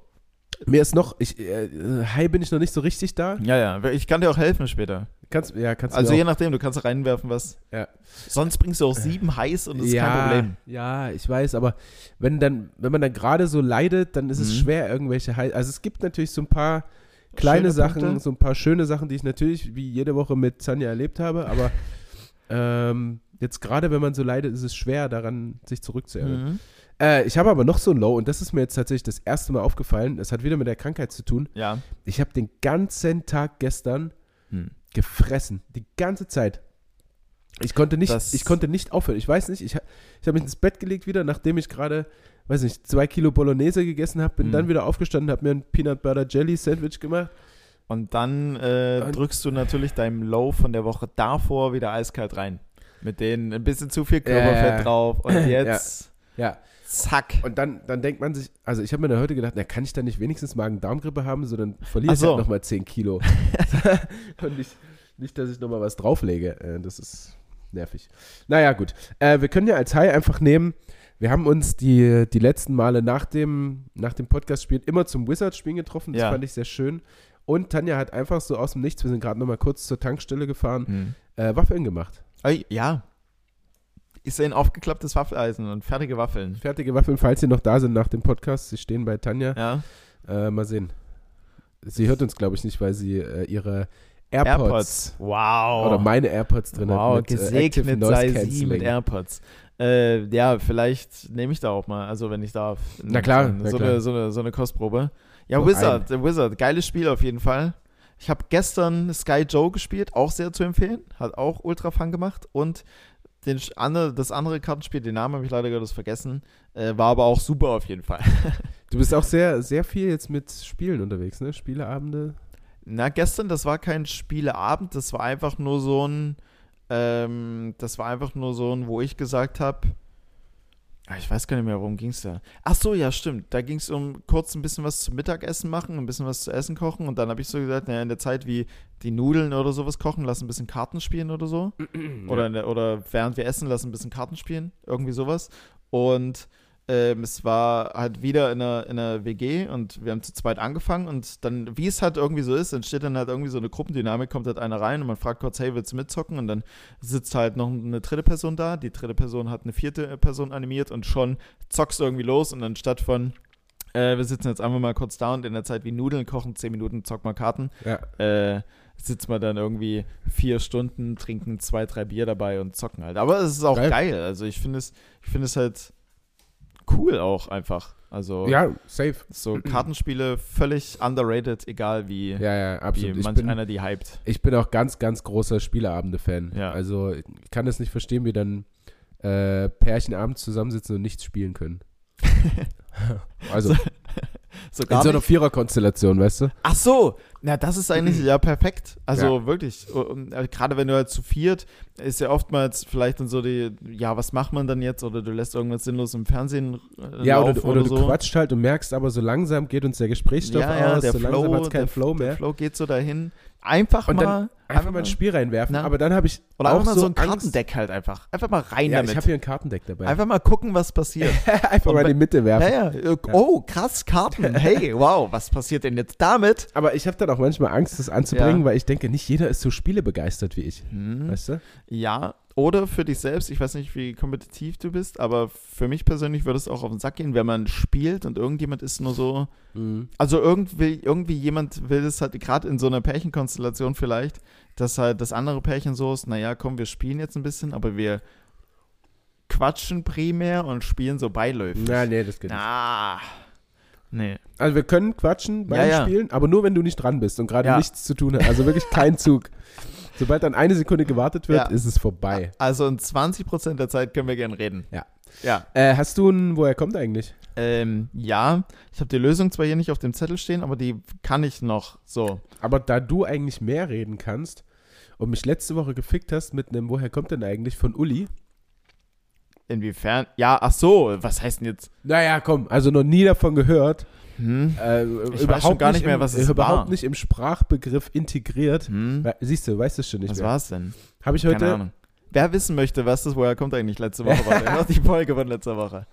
mir ist noch, ich, äh, hi bin ich noch nicht so richtig da.
ja, ja, ich kann dir auch helfen später.
Kannst, ja, kannst
Also
du mir
je nachdem, du kannst reinwerfen, was.
Ja.
Sonst bringst du auch sieben heiß und das ist
ja,
kein Problem.
Ja, ich weiß, aber wenn, dann, wenn man dann gerade so leidet, dann ist es
Mhm.
schwer, irgendwelche Hei- Also es gibt natürlich so ein paar kleine
Schöne
Sachen,
Punkte.
so ein paar schöne Sachen, die ich natürlich wie jede Woche mit Sanja erlebt habe,
[LAUGHS]
aber ähm, jetzt gerade wenn man so leidet, ist es schwer, daran sich zurückzuerinnern.
Mhm.
Äh, ich habe aber noch so ein Low und das ist mir jetzt tatsächlich das erste Mal aufgefallen. Das hat wieder mit der Krankheit zu tun.
Ja.
Ich habe den ganzen Tag gestern
Hm.
gefressen. Die ganze Zeit. Ich konnte nicht,
Das-
ich konnte nicht aufhören. Ich weiß nicht, ich, ha- ich habe mich ins Bett gelegt wieder, nachdem ich gerade, weiß nicht, zwei Kilo Bolognese gegessen habe, bin
Hm.
dann wieder aufgestanden, habe mir ein Peanut Butter Jelly Sandwich gemacht.
Und dann äh,
Und-
drückst du natürlich deinem Low von der Woche davor wieder eiskalt rein. Mit denen ein bisschen zu viel Körperfett
Ja.
drauf. Und jetzt
Ja,
zack.
und dann, dann denkt man sich, also ich habe mir da heute gedacht, na, kann ich da nicht wenigstens Magen-Darm-Grippe haben, sondern verliere
Ach
ich halt
so.
nochmal
[LAUGHS]
10 Kilo. und nicht, nicht, dass ich nochmal was drauflege. Äh, Das ist nervig. Naja, gut. Äh, wir können ja als High einfach nehmen, Wir haben uns die, die letzten Male nach dem, nach dem Podcast-Spiel immer zum Wizards-Spielen getroffen. Das
Ja.
fand ich sehr schön. Und Tanja hat einfach so aus dem Nichts, wir sind gerade nochmal kurz zur Tankstelle gefahren,
Hm.
äh, Waffeln gemacht.
Ei, ja. Ich sehe ein aufgeklapptes Waffeleisen und fertige Waffeln.
Fertige Waffeln, falls sie noch da sind nach dem Podcast. Sie stehen bei Tanja.
Ja.
Äh, mal sehen. Sie hört uns, glaube ich, nicht, weil sie äh, ihre AirPods,
Wow.
oder meine AirPods drin
Oh. wow,
hat. mit, äh, Active
gesegnet
Noise
sei sie
Cancelling.
mit AirPods. Äh, ja, vielleicht nehme ich da auch mal, also wenn ich darf.
Na klar, na
so,
klar.
Eine, so, eine, so eine Kostprobe. Ja,
Noch
Wizard, äh, Wizard, geiles Spiel auf jeden Fall. Ich habe gestern Sky Joe gespielt, auch sehr zu empfehlen, hat auch ultra Fun gemacht und den, Sch- andere, das andere Kartenspiel, den Namen habe ich leider Gottes vergessen, äh, war aber auch super auf jeden Fall.
Du bist auch sehr, sehr viel jetzt mit Spielen unterwegs, ne? Spieleabende.
Na, gestern, das war kein Spieleabend, das war einfach nur so ein, ähm, das war einfach nur so ein, wo ich gesagt habe, ich weiß gar nicht mehr, worum ging es da. Ach so, ja, stimmt. Da ging es um kurz ein bisschen was zum Mittagessen machen, ein bisschen was zu essen kochen. Und dann habe ich so gesagt, naja, in der Zeit wie die Nudeln oder sowas kochen, lass ein bisschen Karten spielen oder so. Oder, in der, oder während wir essen, lass ein bisschen Karten spielen. Irgendwie sowas. Und ähm, es war halt wieder in einer, in einer WG und wir haben zu zweit angefangen. Und dann, wie es halt irgendwie so ist, entsteht dann halt irgendwie so eine Gruppendynamik, kommt halt einer rein und man fragt kurz, hey, willst du mitzocken? Und dann sitzt halt noch eine dritte Person da. Die dritte Person hat eine vierte Person animiert und schon zockst du irgendwie los. Und anstatt von, äh, wir sitzen jetzt einfach mal kurz da und in der Zeit wie Nudeln kochen, zehn Minuten zock mal Karten,
Ja.
äh, sitzt man dann irgendwie vier Stunden, trinken zwei, drei Bier dabei und zocken halt. Aber es ist auch
Geil.
geil. Also ich finde es, ich finde es halt cool auch einfach. Also
ja, safe.
so Kartenspiele völlig underrated, egal wie,
Ja, ja,
wie
absolut. Ich
manch
bin,
einer die hypt.
ich bin auch ganz, ganz großer Spieleabende-Fan.
Ja.
Also ich kann das nicht verstehen, wie dann äh, Pärchen abends zusammensitzen und nichts
[LAUGHS]
spielen können. also
So
in
gar
so einer
nicht.
Viererkonstellation, weißt du?
Ach so, na das ist
[CLEARS THROAT]
eigentlich ja perfekt. Also wirklich, Und, äh, gerade wenn du halt zu viert, ist ja oftmals vielleicht dann so die, ja was macht man dann jetzt? Oder du lässt irgendwas sinnlos im Fernsehen äh,
Ja,
laufen
oder, du- oder du
so.
quatscht halt und merkst aber, so langsam geht uns der Gesprächsstoff
Ja, ja,
aus,
der
so langsam
Flow,
hat es keinen
der-
Flow mehr.
Der Flow geht so dahin. Einfach
Und
mal.
dann Einfach mal ein Spiel reinwerfen,
Na.
aber dann habe ich
oder
auch
einfach mal so, ein
Angst-
Kartendeck halt einfach. Einfach mal rein
Ja, ich
damit.
habe hier ein Kartendeck dabei.
Einfach mal gucken, was passiert.
[LAUGHS] Einfach
Und
mal in die
bei-
Mitte werfen.
ja, ja. Äh, Oh, krass,
[LAUGHS]
Karten. Hey, wow, was passiert denn jetzt damit?
Aber ich habe dann auch manchmal Angst, das anzubringen,
Ja. Hm.
weil ich denke, nicht jeder ist so spielebegeistert wie ich. Weißt du?
Ja, oder für dich selbst. Ich weiß nicht, wie kompetitiv du bist, aber für mich persönlich würde es auch auf den Sack gehen, wenn man spielt und irgendjemand ist nur so. Also irgendwie, irgendwie jemand will es halt, gerade in so einer Pärchenkonstellation vielleicht, dass halt das andere Pärchen so ist, naja, komm, wir spielen jetzt ein bisschen, aber wir quatschen primär und spielen so beiläufig.
Na, nee, das geht nicht.
Na. Nee.
Also wir können quatschen beim
Ja, ja.
Spielen, aber nur wenn du nicht dran bist und gerade
Ja.
nichts zu tun hast. Also wirklich
[LAUGHS]
kein Zug. Sobald dann eine Sekunde gewartet wird,
Ja.
ist es vorbei.
Also in 20% der Zeit können wir gern reden.
Ja.
Ja.
Äh, hast du ein, woher kommt eigentlich?
Ähm, ja, ich habe die Lösung zwar hier nicht auf dem Zettel stehen, aber die kann ich noch so.
Aber da du eigentlich mehr reden kannst und mich letzte Woche gefickt hast mit einem Woher kommt denn eigentlich von Uli?
Inwiefern? Ja, ach so, was heißt denn jetzt?
Naja, komm, also noch nie davon gehört.
Hm?
Äh,
weiß
überhaupt
schon gar nicht mehr,
im, äh,
was es
Überhaupt
war.
nicht im Sprachbegriff integriert.
Hm?
We- Siehst du, weißt du schon nicht
Was
mehr.
war's denn?
Habe ich
Keine
heute,
Ahnung. Wer wissen möchte, was das woher kommt eigentlich letzte Woche war, der hört die Folge von letzter Woche.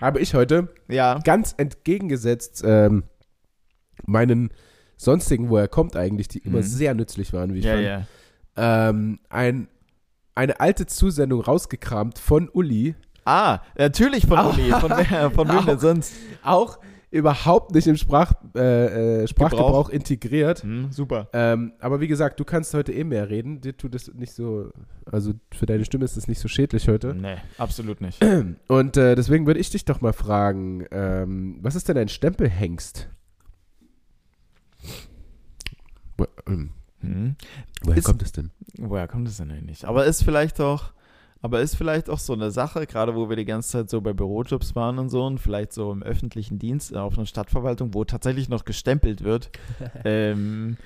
habe ich heute
Ja.
ganz entgegengesetzt ähm, meinen sonstigen, woher kommt eigentlich, die immer
Mhm.
sehr nützlich waren, wie ich
ja,
fand,
ja.
Ähm, ein, eine alte Zusendung rausgekramt von Uli,
Ah, natürlich von Uli. Von, wer,
[LAUGHS]
von wem denn
Auch.
sonst?
auch überhaupt nicht im Sprach, äh, äh, Sprachgebrauch
Gebrauch.
integriert.
Hm, super.
Ähm, aber wie gesagt, du kannst heute eh mehr reden. Dir tut es nicht so, also für deine Stimme ist es nicht so schädlich heute.
Nee, absolut
[CLEARS THROAT]
nicht.
Und äh, deswegen würde ich dich doch mal fragen, ähm, was ist denn ein Stempelhengst? Wo- ähm,
Hm?
Woher
Ist-
kommt es denn?
Woher kommt das denn eigentlich? Aber ist vielleicht auch, aber ist vielleicht auch so eine Sache, gerade wo wir die ganze Zeit so bei Bürojobs waren und so und vielleicht so im öffentlichen Dienst äh, auf einer Stadtverwaltung, wo tatsächlich noch gestempelt wird. ähm,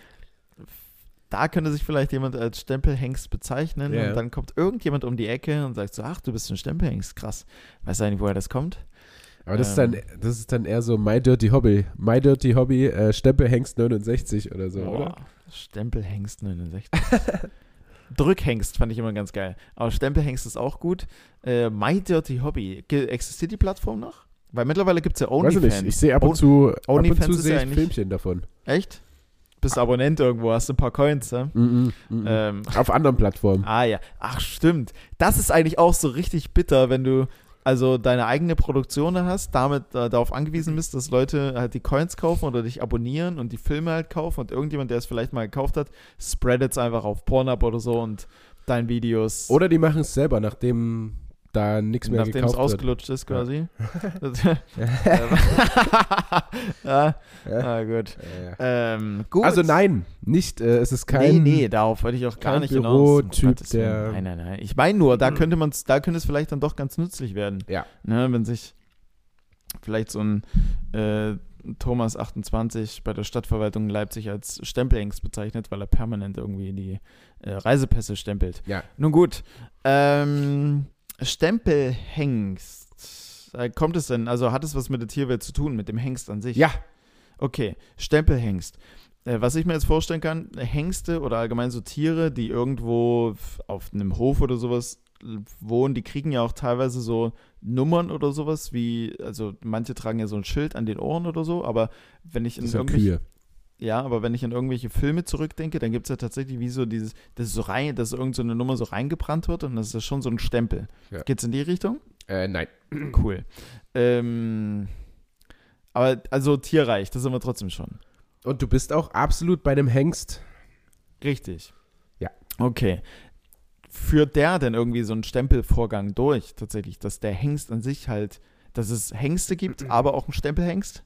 da könnte sich vielleicht jemand als Stempelhengst bezeichnen
Ja.
und dann kommt irgendjemand um die Ecke und sagt so, ach, du bist ein Stempelhengst, krass. Weißt du eigentlich, woher das kommt?
Aber das,
Ähm.
ist dann, das ist dann eher so My Dirty Hobby. My Dirty Hobby, äh, Stempelhengst 69 oder so,
Boah,
oder? [LAUGHS]
Stempelhengst 69. Drückhengst fand ich immer ganz geil. Aber Stempelhengst ist auch gut. Äh, My Dirty Hobby. Ge- Existiert die Plattform noch? Weil mittlerweile gibt es ja
Weiß ich
OnlyFans.
nicht, ich sehe ab und
Only-
zu, ab und
OnlyFans
zu
ist
sehe
ja
ich
eigentlich-
Filmchen davon.
Echt? Bist
Ah.
Abonnent irgendwo, hast ein paar Coins, ne?
Mhm.
Ähm,
Äh. Auf anderen Plattformen.
Ah ja, ach stimmt. Das ist eigentlich auch so richtig bitter, wenn du also deine eigene Produktion hast, damit äh, darauf angewiesen bist, dass Leute halt die Coins kaufen oder dich abonnieren und die Filme halt kaufen und irgendjemand, der es vielleicht mal gekauft hat, spreadet es einfach auf Pornhub oder so und dein Videos.
Oder die machen es selber, nachdem da nichts mehr
Nachdem es
gekauft wird.
ausgelutscht ist,
Ja. [LAUGHS]
quasi. [LAUGHS] ja, ah, gut.
Äh,
Ähm, gut.
Also nein, nicht, äh, es ist
Nee,
kein...
nee, darauf wollte ich auch gar
kein
nicht
Bürotyp,
Um Gottes Willen.
der- Mhm.
Nein, nein, nein. Ich meine nur, da könnte man da könnte es vielleicht dann doch ganz nützlich werden.
Ja.
Ne, wenn sich vielleicht so ein äh, Thomas 28 bei der Stadtverwaltung Leipzig als Stempelhengst bezeichnet, weil er permanent irgendwie die äh, Reisepässe stempelt.
Ja.
Nun gut. Ähm, Stempelhengst. Äh, Kommt es denn? Also hat es was mit der Tierwelt zu tun, mit dem Hengst an sich?
Ja,
Okay, Stempelhengst. Äh, Was ich mir jetzt vorstellen kann, Hengste oder allgemein so Tiere, die irgendwo f- auf einem Hof oder sowas l- wohnen, die kriegen ja auch teilweise so Nummern oder sowas, wie, also manche tragen ja so ein Schild an den Ohren oder so, aber wenn ich in
das sind
irgendwelche,
Kühe.
ja, aber wenn ich in irgendwelche Filme zurückdenke, dann gibt es ja tatsächlich wie so dieses, das ist so rein, dass irgend so eine Nummer so reingebrannt wird und das ist ja schon so ein Stempel.
Ja.
Geht's in die Richtung?
Äh, nein.
Cool. Ähm, aber also tierreich, das sind wir trotzdem schon.
Und du bist auch absolut bei dem Hengst.
Richtig.
Ja.
Okay. Führt der denn irgendwie so einen Stempelvorgang durch, tatsächlich, dass der Hengst an sich halt, dass es Hengste
[CLEARS THROAT]
gibt, aber auch einen Stempelhengst?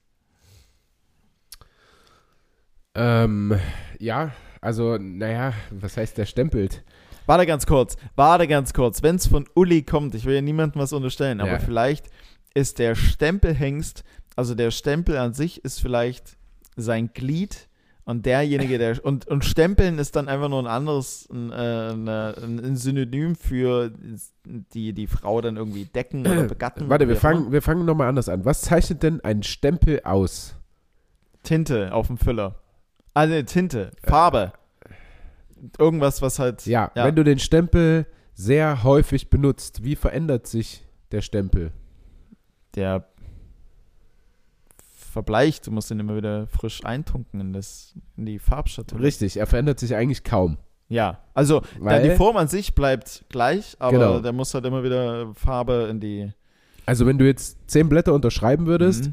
Ähm, ja, also, naja, was heißt der stempelt?
Warte ganz kurz, warte ganz kurz. Wenn es von Uli kommt, ich will ja niemandem was unterstellen, aber
Ja.
vielleicht ist der Stempelhengst, also der Stempel an sich ist vielleicht sein Glied und derjenige,
[LAUGHS]
der. Und, und Stempeln ist dann einfach nur ein anderes ein, äh, eine- ein Synonym für die, die Frau dann irgendwie decken oder begatten.
Äh, Warte, wir
Hm, wie auch immer.
fangen, wir fangen nochmal anders an. Was zeichnet denn ein Stempel aus?
Tinte auf dem Füller. Also nee, Tinte,
Äh.
Farbe. Irgendwas, was halt.
Ja,
Ja.
wenn du den Stempel sehr häufig benutzt, wie verändert sich der Stempel?
der verbleicht. Du musst den immer wieder frisch eintunken in, das, in die Farbschatulle.
Richtig, er verändert sich eigentlich kaum.
Ja, also da
Weil-
die Form an sich bleibt gleich, aber
Genau.
der muss halt immer wieder Farbe in die.
Also wenn du jetzt zehn Blätter unterschreiben würdest,
Mhm.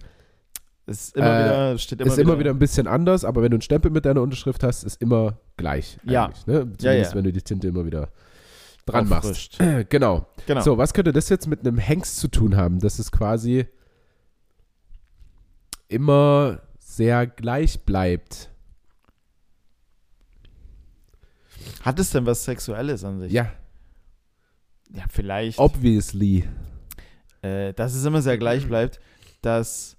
Ist immer
Äh,
wieder, steht immer
ist immer wieder ein bisschen anders, aber wenn du einen Stempel mit deiner Unterschrift hast, ist immer gleich.
Ja.
eigentlich, Ne? Zumindest
ja.
wenn du die Tinte immer wieder dran machst.
auffrischt.
Genau.
Genau.
So, was könnte das jetzt mit einem Hengst zu tun haben? Das ist quasi immer sehr gleich bleibt.
Hat es denn was Sexuelles an sich?
Ja,
ja vielleicht.
obviously.
äh, dass es immer sehr
Mhm.
gleich bleibt, dass.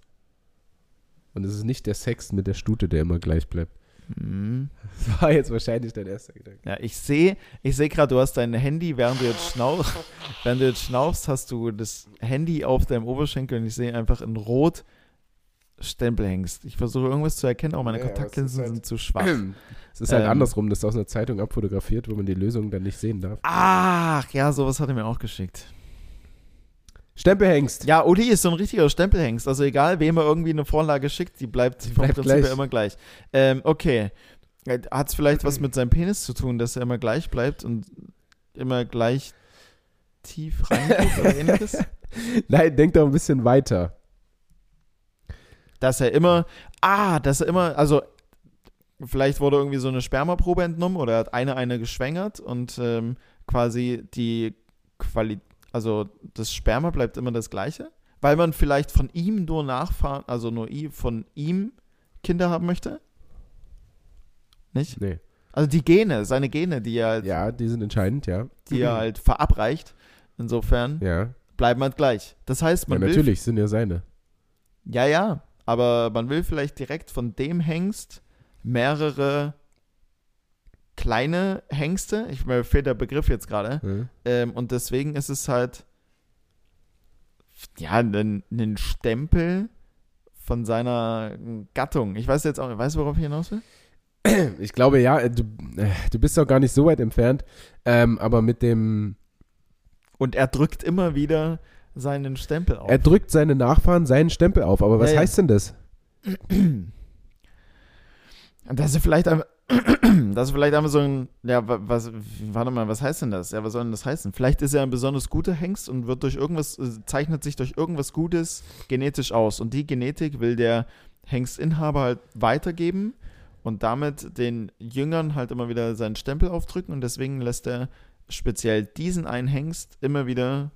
Und es ist nicht der Sex mit der Stute, der immer gleich bleibt. [LAUGHS]
Hm.
Das war jetzt wahrscheinlich dein erster Gedanke.
Ja, ich sehe, ich sehe gerade, du hast dein Handy, während du jetzt
[LAUGHS]
schnaufst, während du jetzt schnaufst, hast du das Handy auf deinem Oberschenkel und ich sehe einfach in Rot Stempelhengst. Ich versuche irgendwas zu erkennen, aber meine
Ja, aber es
Kontaktlinsen
ist halt-
sind zu schwach.
[CLEARS THROAT] Es ist halt
Ähm.
andersrum, das ist aus einer Zeitung abfotografiert, wo man die Lösung dann nicht sehen darf.
Ach, ja, sowas hat er mir auch geschickt.
Stempelhengst. [LAUGHS]
Ja, Uli ist so ein richtiger Stempelhengst. Also egal, wem er irgendwie eine Vorlage schickt, die bleibt vom
bleibt
Prinzip
gleich.
her immer gleich. Ähm, okay. Hat es vielleicht
[CLEARS THROAT]
was mit seinem Penis zu tun, dass er immer gleich bleibt und immer gleich tief reingeht
[LAUGHS]
oder ähnliches?
Nein, denk doch ein bisschen weiter.
dass er immer, ah, dass er immer, also vielleicht wurde irgendwie so eine Spermaprobe entnommen oder er hat eine eine geschwängert und ähm, quasi die Qualität, also das Sperma bleibt immer das gleiche, weil man vielleicht von ihm nur Nachfahren, also nur i- von ihm Kinder haben möchte. Nicht?
Nee.
Also die Gene, seine Gene, die er, halt-
Ja, die sind entscheidend, ja.
die er halt verabreicht, insofern
Ja,
bleiben halt gleich. Das heißt,
ja
man will
natürlich, sind ja seine.
Ja, ja, aber man will vielleicht direkt von dem Hengst mehrere kleine Hengste, ich mir fehlt der Begriff jetzt gerade,
Hm?
ähm, und deswegen ist es halt, ja, ein, ein Stempel von seiner Gattung. Ich weiß jetzt auch, weißt du, worauf ich hinaus will?
Ich glaube, ja, du, äh, du bist auch gar nicht so weit entfernt, ähm, aber mit dem,
Und er drückt immer wieder seinen Stempel auf.
er drückt seine Nachfahren seinen Stempel auf, aber was
Ja, ja.
heißt denn das?
Dass er vielleicht [CLEARS THROAT] einfach, dass er vielleicht einfach so ein, ja, wa- was, warte mal, was heißt denn das? Ja, was soll denn das heißen? Vielleicht ist er ein besonders guter Hengst und wird durch irgendwas, äh, zeichnet sich durch irgendwas Gutes genetisch aus. Und die Genetik will der Hengstinhaber halt weitergeben und damit den Jüngern halt immer wieder seinen Stempel aufdrücken und deswegen lässt er speziell diesen einen Hengst immer wieder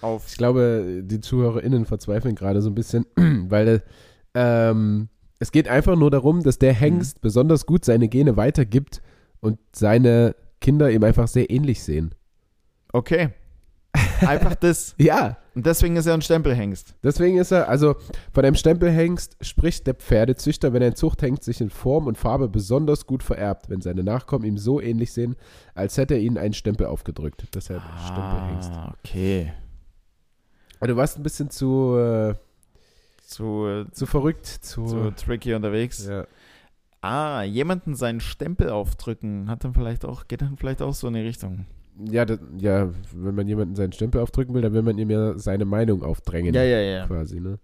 auf.
Ich glaube, die ZuhörerInnen verzweifeln gerade so ein bisschen, [CLEARS THROAT] weil ähm, es geht einfach nur darum, dass
Mhm.
der Hengst besonders gut seine Gene weitergibt und seine Kinder ihm einfach sehr ähnlich sehen.
Okay. Einfach das.
Ja,
Und deswegen ist er ein Stempelhengst.
deswegen ist er, also von einem Stempelhengst spricht der Pferdezüchter, wenn ein Zuchthengst sich in Form und Farbe besonders gut vererbt, wenn seine Nachkommen ihm so ähnlich sehen, als hätte er ihnen einen Stempel aufgedrückt. Deshalb
Ah.
Stempelhengst.
okay.
Aber du warst ein bisschen zu, äh,
zu,
zu verrückt, zu.
zu tricky unterwegs.
ja.
Ah, jemanden seinen Stempel aufdrücken, hat dann vielleicht auch, geht dann vielleicht auch so in die Richtung.
Ja, das, ja, wenn man jemanden seinen Stempel aufdrücken will, dann will man ihm ja seine Meinung aufdrängen.
ja, ja.
Quasi, ne?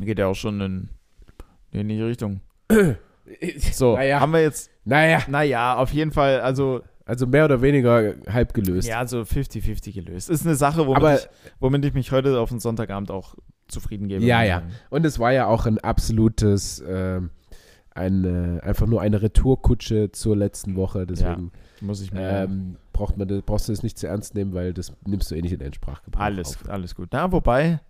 Geht ja auch schon in, in die
[COUGHS]
Richtung. So,
Naja.
haben wir jetzt,
Naja,
naja, auf jeden Fall, also,
also mehr oder weniger halb gelöst.
ja, so 50-50 gelöst. Ist eine Sache, womit,
Aber-
ich, womit ich mich heute auf den Sonntagabend auch zufrieden gebe.
Ja, ja. Und es war ja auch ein absolutes, ähm, ein, äh, einfach nur eine Retourkutsche zur letzten Woche. Deswegen
Muss ich mir.
ähm, braucht man, das- brauchst du es nicht zu ernst nehmen, weil das nimmst du eh nicht in deinen Sprachgebrauch.
alles,
Auf.
alles gut. Na, wobei,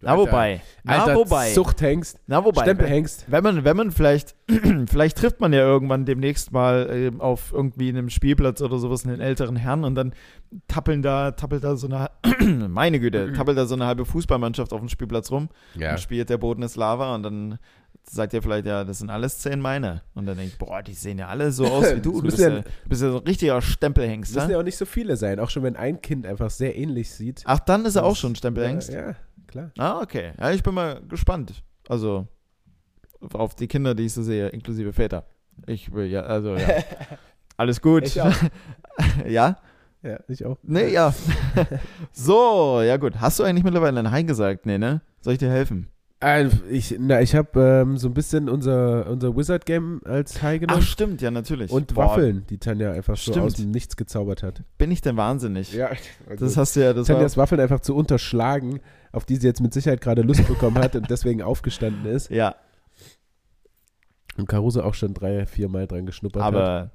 na,
Alter,
wobei, na,
Alter,
wobei,
Zuchthengst,
na, wobei,
Stempelhengst.
Wenn man, wenn man vielleicht, [CLEARS THROAT] vielleicht trifft man ja irgendwann demnächst mal ähm, auf irgendwie einem Spielplatz oder sowas einen älteren Herrn und dann tappeln da, tappelt da so eine, [CLEARS THROAT] meine [CLEARS THROAT] Güte, tappelt da so eine halbe Fußballmannschaft auf dem Spielplatz rum
Ja.
und spielt der Boden ist Lava und dann sagt ihr vielleicht, ja, das sind alles zehn meine. Und dann denke ich, boah, die sehen ja alle so aus wie du. [LAUGHS]
Das
Du
müssen
bist
ja-
ja, bist ja so ein richtiger Stempelhengst. ne?
Müssen
Ja?
ja auch nicht so viele sein, auch schon wenn ein Kind einfach sehr ähnlich sieht.
Ach, dann ist er Ah, auch schon ein Stempelhengst.
Ja, ja, klar.
Ah, okay. Ja, ich bin mal gespannt. Also auf die Kinder, die ich so sehe, inklusive Väter. Ich will ja, also ja. [LAUGHS] Alles gut.
Ich auch.
[LAUGHS] ja?
Ja, ich auch.
Nee, ja. [LAUGHS] so, ja gut. Hast du eigentlich mittlerweile ein Hi gesagt? Nee, ne? Soll ich dir helfen?
Äh, ich na, ich habe ähm, so ein bisschen unser, unser Wizard-Game als High
Ach,
genommen.
stimmt, ja, natürlich.
und
Boah,
Waffeln, die Tanja einfach so
Stimmt.
aus dem Nichts gezaubert hat.
Bin ich denn wahnsinnig?
Ja, also
Das hast du ja, das war,
Tanjas Waffeln einfach zu unterschlagen, auf die sie jetzt mit Sicherheit gerade Lust bekommen hat und deswegen aufgestanden ist.
Ja,
Und Caruso auch schon drei, vier Mal dran geschnuppert hat.
aber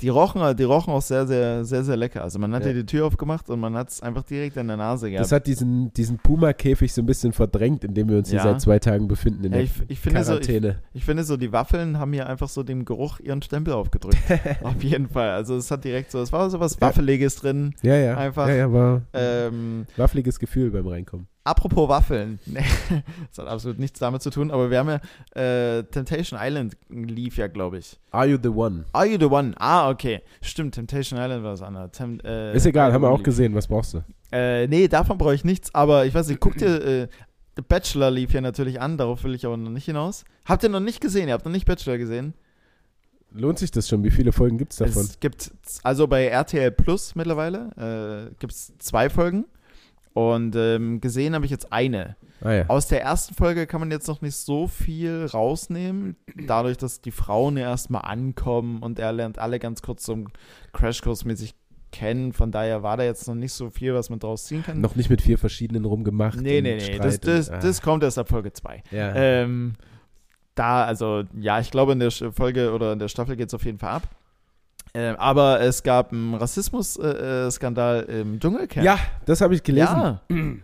die rochen, die rochen auch sehr, sehr, sehr, sehr lecker. Also man hat
Ja.
ja. die Tür aufgemacht und man hat es einfach direkt in der Nase gehabt.
Das hat diesen, diesen Puma-Käfig so ein bisschen verdrängt, in dem wir uns hier
Ja.
seit zwei Tagen befinden in
ja,
der
ich, ich finde so, ich,
Quarantäne.
Ich finde so, die Waffeln haben hier einfach so dem Geruch ihren Stempel
[LAUGHS]
aufgedrückt. Auf jeden Fall. Also es hat direkt so, es war so was
Ja. Mhm.
Waffeliges drin.
ja, ja.
einfach,
ja, ja, war
Ähm,
waffeliges Gefühl beim Reinkommen.
apropos Waffeln. [LAUGHS] Nee, das hat absolut nichts damit zu tun, aber wir haben ja äh, Temptation Island lief ja, glaube ich.
Are you the one?
Are you the one? Ah, okay. Stimmt, Temptation Island war das andere. Tem äh,
Ist egal, haben wir auch
lief.
gesehen, was brauchst du?
Äh, nee, davon brauche ich nichts, aber ich weiß nicht, guckt ihr, äh, The Bachelor lief ja natürlich an, darauf will ich aber noch nicht hinaus. Habt ihr noch nicht gesehen? Ihr habt noch nicht Bachelor gesehen?
Lohnt sich das schon? Wie viele Folgen gibt es davon?
Es gibt, also bei RTL Plus mittlerweile, äh, gibt es zwei Folgen. Und ähm, gesehen habe ich jetzt eine.
Ah ja.
Aus der ersten Folge kann man jetzt noch nicht so viel rausnehmen, dadurch, dass die Frauen ja erstmal ankommen und er lernt alle ganz kurz so Crashkurs mäßig kennen. Von daher war da jetzt noch nicht so viel, was man draus ziehen kann.
Noch nicht mit vier verschiedenen rumgemacht.
nee,
und
nee, nee. Das,
Streit
das,
und, ah.
das kommt erst ab Folge 2.
ja.
Ähm, da, also, ja, ich glaube, in der Sch- Folge oder in der Staffel geht es auf jeden Fall ab. Ähm, aber es gab einen Rassismus-Skandal im Dschungelcamp.
ja, das habe ich gelesen. [CLEARS THROAT]
Ja.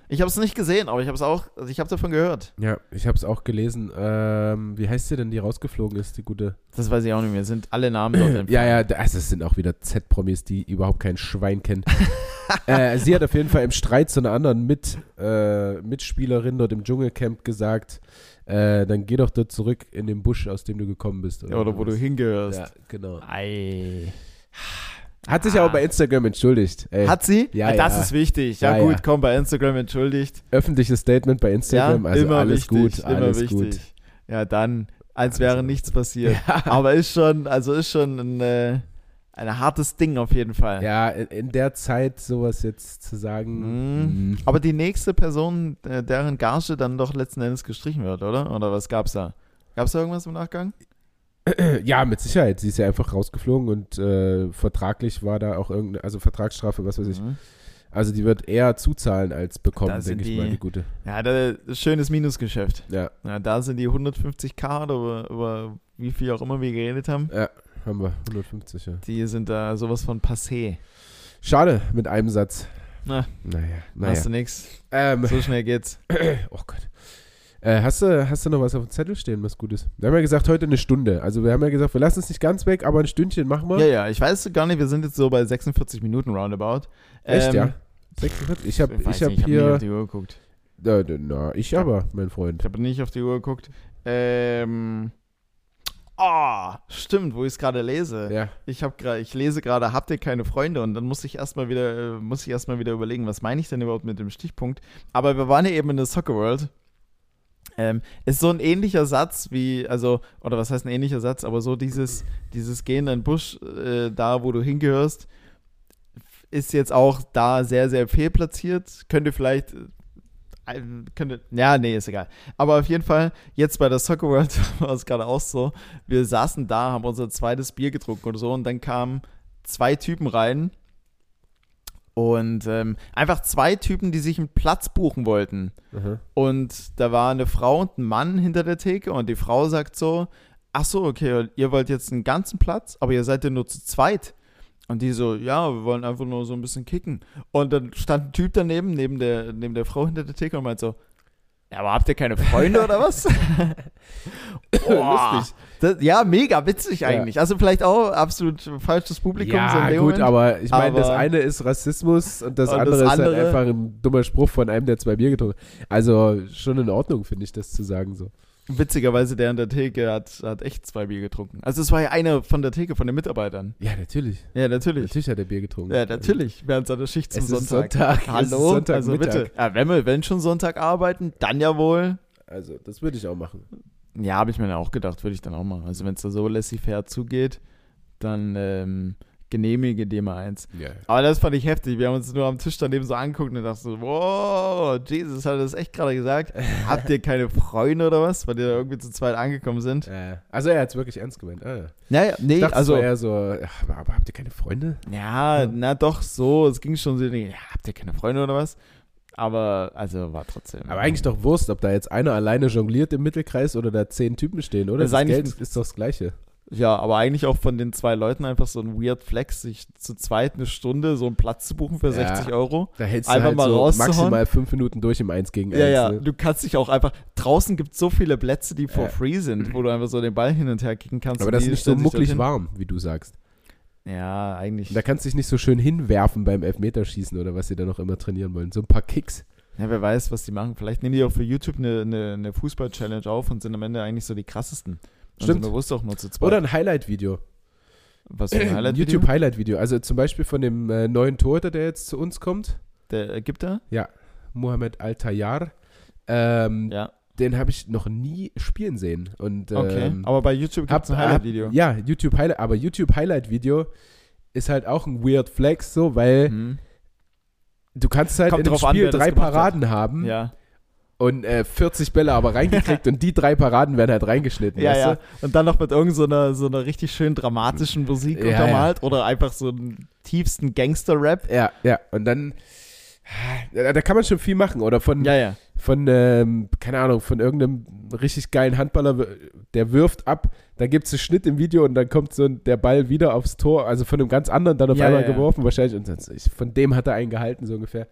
Ich habe es nicht gesehen, aber ich habe es auch, also ich habe davon gehört.
Ja, ich habe es auch gelesen. Ähm, wie heißt sie denn, die rausgeflogen ist, die gute?
Das weiß ich auch nicht mehr. Sind alle Namen [CLEARS THROAT] dort entfernt.
Ja, ja, da- also es sind auch wieder Z-Promis, die überhaupt kein Schwein kennen. [LAUGHS] äh, sie hat auf jeden Fall im Streit zu einer anderen Mit, äh, Mitspielerin dort im Dschungelcamp gesagt, äh, dann geh doch dort zurück in den Busch, aus dem du gekommen bist.
Ja, Oder wo du
sowas.
hingehörst.
Ja, genau.
Ei.
Hat sich aber bei Instagram entschuldigt. Ey.
Ah. Hat sie?
Ja,
Das
ja.
ist wichtig. Ja,
Ja,
gut,
ja.
komm, bei Instagram entschuldigt.
öffentliches Statement bei Instagram,
ja,
also
immer
alles
wichtig,
gut,
immer
alles
wichtig.
gut.
Ja, dann als
Also.
wäre nichts passiert. Aber ist schon, also ist schon ein, äh, ein hartes Ding auf jeden Fall.
Ja, in, in der Zeit sowas jetzt zu sagen. mm,
Mhm.
mh.
Aber die nächste Person, äh, deren Gage dann doch letzten Endes gestrichen wird, oder? Oder was gab's da? Gab's da irgendwas im Nachgang?
Ja, mit Sicherheit. Sie ist ja einfach rausgeflogen und äh, vertraglich war da auch irgendeine, also Vertragsstrafe, was weiß ich.
Mhm.
Also die wird eher zuzahlen als
Da
bekommen,
sind
denke ich
die-
mal, die gute.
Ja, da, schönes Minusgeschäft.
Ja,
Na, da sind die 150k oder über, über wie viel auch immer wir geredet haben.
haben wir. 150, ja.
Die sind da sowas von passé.
Schade, mit einem Satz.
Na.
Naja,
Hast
naja.
du nix.
Ähm,
So schnell geht's.
[LAUGHS] [CLEARS THROAT] oh Gott. Äh, hast, du, hast du noch was auf dem Zettel stehen, was Gutes? Wir haben ja gesagt, heute eine Stunde. Also wir haben ja gesagt, wir lassen es nicht ganz weg, aber ein Stündchen machen wir.
Ja, ja, ich weiß gar nicht, wir sind jetzt so bei 46 Minuten roundabout.
Echt,
Ähm,
ja? 46? Ich habe
Ich, weiß
ich hab
nicht, ich habe nicht auf
hier...
die Uhr geguckt.
Na, na, ich aber, mein Freund.
Ich habe nicht auf die Uhr geguckt. Ähm. Ah, stimmt, wo ich es gerade lese.
Ja.
Ich habe gerade, ich lese gerade, habt ihr keine Freunde? Und dann muss ich erstmal wieder, äh, muss ich erstmal wieder überlegen, was meine ich denn überhaupt mit dem Stichpunkt? Aber wir waren ja eben in der Soccer World. Ähm, ist so ein ähnlicher Satz wie, also, oder was heißt ein ähnlicher Satz, aber so dieses, dieses Gehen in den Busch, äh, da wo du hingehörst, ist jetzt auch da sehr, sehr fehlplatziert. Könnte vielleicht, äh, könnte, ja, nee, ist egal. Aber auf jeden Fall, jetzt bei der Soccer World [LAUGHS] war es gerade auch so, wir saßen da, haben unser zweites Bier getrunken oder so und dann kamen zwei Typen rein und ähm, einfach zwei Typen, die sich einen Platz buchen wollten.
Aha.
Und da war eine Frau und ein Mann hinter der Theke und die Frau sagt so, ach so, okay, ihr wollt jetzt einen ganzen Platz, aber ihr seid ja nur zu zweit. Und die so, ja, wir wollen einfach nur so ein bisschen kicken. Und dann stand ein Typ daneben, neben der, neben der Frau hinter der Theke und meint so, ja, aber habt ihr keine Freunde oder was? [LAUGHS] Boah.
Lustig.
Das, ja, mega witzig
Ja.
eigentlich. Also vielleicht auch absolut falsches Publikum. so in
Ja,
dem
gut,
Moment.
aber ich meine, das
Aber-
eine ist Rassismus und das,
Und das
andere, ist
andere-
halt einfach ein dummer Spruch von einem, der zwei Bier getrunken hat. Also schon in Ordnung, finde ich, das zu sagen so.
Witzigerweise, der an der Theke hat, hat echt zwei Bier getrunken. Also es war ja einer von der Theke, von den Mitarbeitern.
Ja, natürlich.
Ja, natürlich.
Natürlich hat er Bier getrunken.
Ja, natürlich. Während seiner Schicht zum
Es ist
Äh, Sonntag.
Sonntag. Es ist
Hallo?
Sonntagmittag.
also bitte. Ja, wenn wir wenn schon Sonntag arbeiten, dann ja wohl.
Also, das würde ich auch machen.
Ja, habe ich mir dann auch gedacht, würde ich dann auch machen. Also wenn es da so laissez-faire zugeht, dann ähm, genehmige dir mal eins.
Ja.
Aber das fand ich heftig. Wir haben uns nur am Tisch daneben so angeguckt und dachten so, wow, Jesus, hat er das echt gerade [LAUGHS] gesagt? Habt ihr keine Freunde oder was? Weil die da irgendwie zu zweit angekommen sind?
Äh, also er hat es wirklich ernst gemeint. Ah, ja.
Naja, nee,
ich dachte, also
also,
eher so, ach, aber, aber habt ihr keine Freunde?
ja, na doch, so, es ging schon so, ja, habt ihr keine Freunde oder was? Aber, also, war trotzdem.
Aber eigentlich doch Wurst, ob da jetzt einer alleine jongliert im Mittelkreis oder da zehn Typen stehen, oder?
Das ist
Das
eigentlich-
Geld ist doch das Gleiche.
Ja, aber eigentlich auch von den zwei Leuten einfach so ein weird Flex, sich zu zweit eine Stunde so einen Platz zu buchen für
Ja.
60 Euro.
Da hältst
Einfach
du
mal
halt so
rauszuhauen.
maximal fünf Minuten durch im Eins gegen Eins.
Ja, ja,
Ne?
du kannst dich auch einfach. Draußen gibt es so viele Plätze, die for
Ja.
free sind, wo du einfach so den Ball hin und her kicken kannst.
Aber
und
das
die
ist nicht so
stellen sich
mucklig
dorthin.
warm, wie du sagst.
Ja, eigentlich.
Und da kannst du dich nicht so schön hinwerfen beim Elfmeterschießen oder was sie da noch immer trainieren wollen. So ein paar Kicks.
Ja, wer weiß, was die machen. Vielleicht nehmen die auch für YouTube eine, eine, eine Fußball-Challenge auf und sind am Ende eigentlich so die krassesten. Und
Stimmt.
Sind bewusst auch nur zu zweit.
Oder ein Highlight-Video.
was
[CLEARS THROAT]
für ein
Ein
Highlight
YouTube-Highlight-Video. Also zum Beispiel von dem äh, neuen Torhüter, der jetzt zu uns kommt,
Der äh, Ägypter?
Mohamed Al-Tayar. Ähm,
Ja.
Den habe ich noch nie spielen sehen. Und,
Okay.
ähm,
Aber bei YouTube gibt
Hab-
es ein
hab-
Highlight-Video.
Ja, YouTube Highlight, aber YouTube Highlight Video ist halt auch ein weird Flex, so, weil
Mhm.
du kannst halt
Kommt
in dem
drauf an,
Spiel
wer das
drei
gemacht hat.
Paraden haben
Ja,
und äh, 40 Bälle
[LAUGHS]
aber reingekriegt und die drei Paraden werden halt reingeschnitten,
ja,
weißt
ja.
du?
Und dann noch mit irgendeiner so einer- so einer richtig schön dramatischen Musik
Ja, ja.
untermalt oder einfach so einen tiefsten Gangster-Rap.
Ja, ja, und dann ah, da, da kann man schon viel machen oder von
Ja, ja.
von ähm, keine Ahnung, von irgendeinem richtig geilen Handballer, w- der wirft ab, da gibt es einen Schnitt im Video und dann kommt so ein- der Ball wieder aufs Tor, also von einem ganz anderen dann auf
Ja,
einmal
ja, ja.
geworfen wahrscheinlich und sonst, ich, von dem hat er einen gehalten so ungefähr.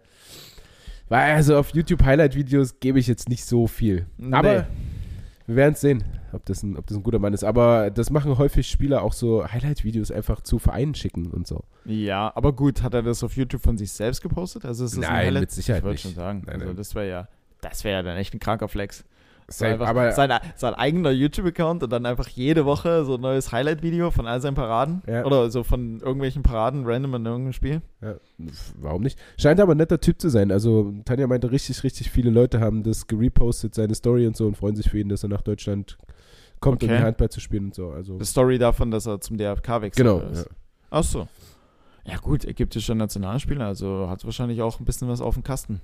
Weil also auf YouTube Highlight Videos gebe ich jetzt nicht so viel,
Nee.
aber wir werden es sehen, ob das, ein, ob das ein guter Mann ist. Aber das machen häufig Spieler auch so Highlight-Videos einfach zu Vereinen schicken und so.
Ja, aber gut, hat er das auf YouTube von sich selbst gepostet? Also ist das
Nein,
Highlight?
mit Sicherheit
Ich würde
nicht.
schon sagen,
Nein,
also
nein.
das wäre ja, das wäre ja dann echt ein kranker Flex. So
Safe,
einfach
aber
sein, sein eigener YouTube-Account und dann einfach jede Woche so ein neues Highlight-Video von all seinen Paraden
Ja.
oder so von irgendwelchen Paraden random in irgendeinem Spiel.
Ja, pf, warum nicht? Scheint aber ein netter Typ zu sein. Also, Tanja meinte, richtig, richtig viele Leute haben das gerepostet, seine Story und so, und freuen sich für ihn, dass er nach Deutschland kommt, um
Okay.
hier Handball zu spielen und so. Also,
Die Story davon, dass er zum DFK wechselt.
genau.
oder
Ja.
was? Ach so. Ja gut, ägyptischer Nationalspieler, also hat wahrscheinlich auch ein bisschen was auf dem Kasten.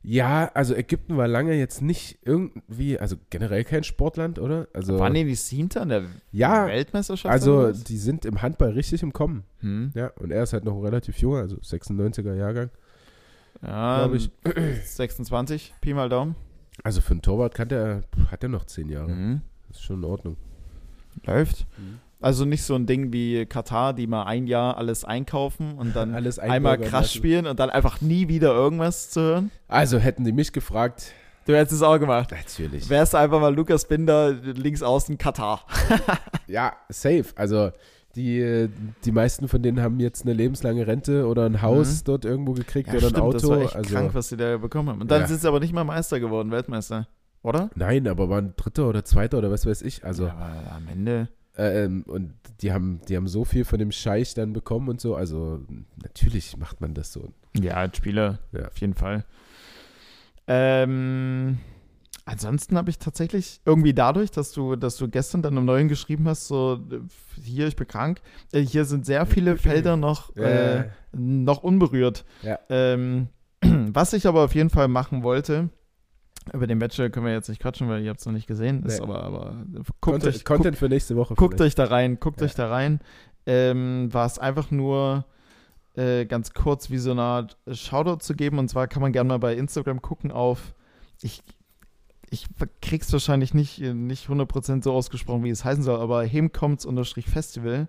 ja, also Ägypten war lange jetzt nicht irgendwie, also generell kein Sportland, oder? Also,
Waren die nicht Siebter in der
ja,
Weltmeisterschaft?
also
oder was?
die sind im Handball richtig im Kommen.
Hm.
Ja, und er ist halt noch relativ jung, also 96er Jahrgang,
Ja,
glaube ich.
26, Pi mal Daumen.
Also für einen Torwart kann der, hat er noch zehn Jahre.
Mhm.
Das ist schon in Ordnung.
Läuft.
Mhm.
Also nicht so ein Ding wie Katar, die mal ein Jahr alles einkaufen und dann
Alles
einmal
einbürgern
krass
lassen.
spielen und dann einfach nie wieder irgendwas zu hören.
Also hätten die mich gefragt,
Du hättest es auch gemacht.
natürlich.
Wärst einfach mal Lukas Binder links außen Katar.
Ja, safe. Also die, äh, die meisten von denen haben jetzt eine lebenslange Rente oder ein Haus dort irgendwo gekriegt oder ein Auto.
Mhm. das war echt
also,
krank, was die da bekommen haben. Und dann
Ja.
sind sie aber nicht mal Meister geworden, Weltmeister. Oder?
Nein, aber waren Dritter oder Zweiter oder was weiß ich. Also
Ja, aber am Ende.
äh, ähm, und die haben, die haben so viel von dem Scheich dann bekommen und so. Also natürlich macht man das so.
Ja, als Spieler,
Ja.
auf jeden Fall. Ähm, ansonsten habe ich tatsächlich irgendwie dadurch, dass du, dass du gestern dann um neun geschrieben hast, so äh, hier, ich bin krank, äh, hier sind sehr viele Felder noch, äh,
Äh,
noch unberührt.
Ja.
Ähm, [CLEARS THROAT] was ich aber auf jeden Fall machen wollte, über den Bachelor können wir jetzt nicht quatschen, weil ihr habt es noch nicht gesehen, ist
Nee.
aber, aber äh, guckt,
Content,
euch, guckt,
Content für nächste Woche.
guckt
vielleicht.
euch da rein, guckt
Ja.
euch da rein. Ähm, war es einfach nur äh, ganz kurz wie so eine Art Shoutout zu geben. Und zwar kann man gerne mal bei Instagram gucken auf, ich, ich krieg's wahrscheinlich nicht, äh, nicht 100% so ausgesprochen, wie es heißen soll, aber Hemkommts-Festival,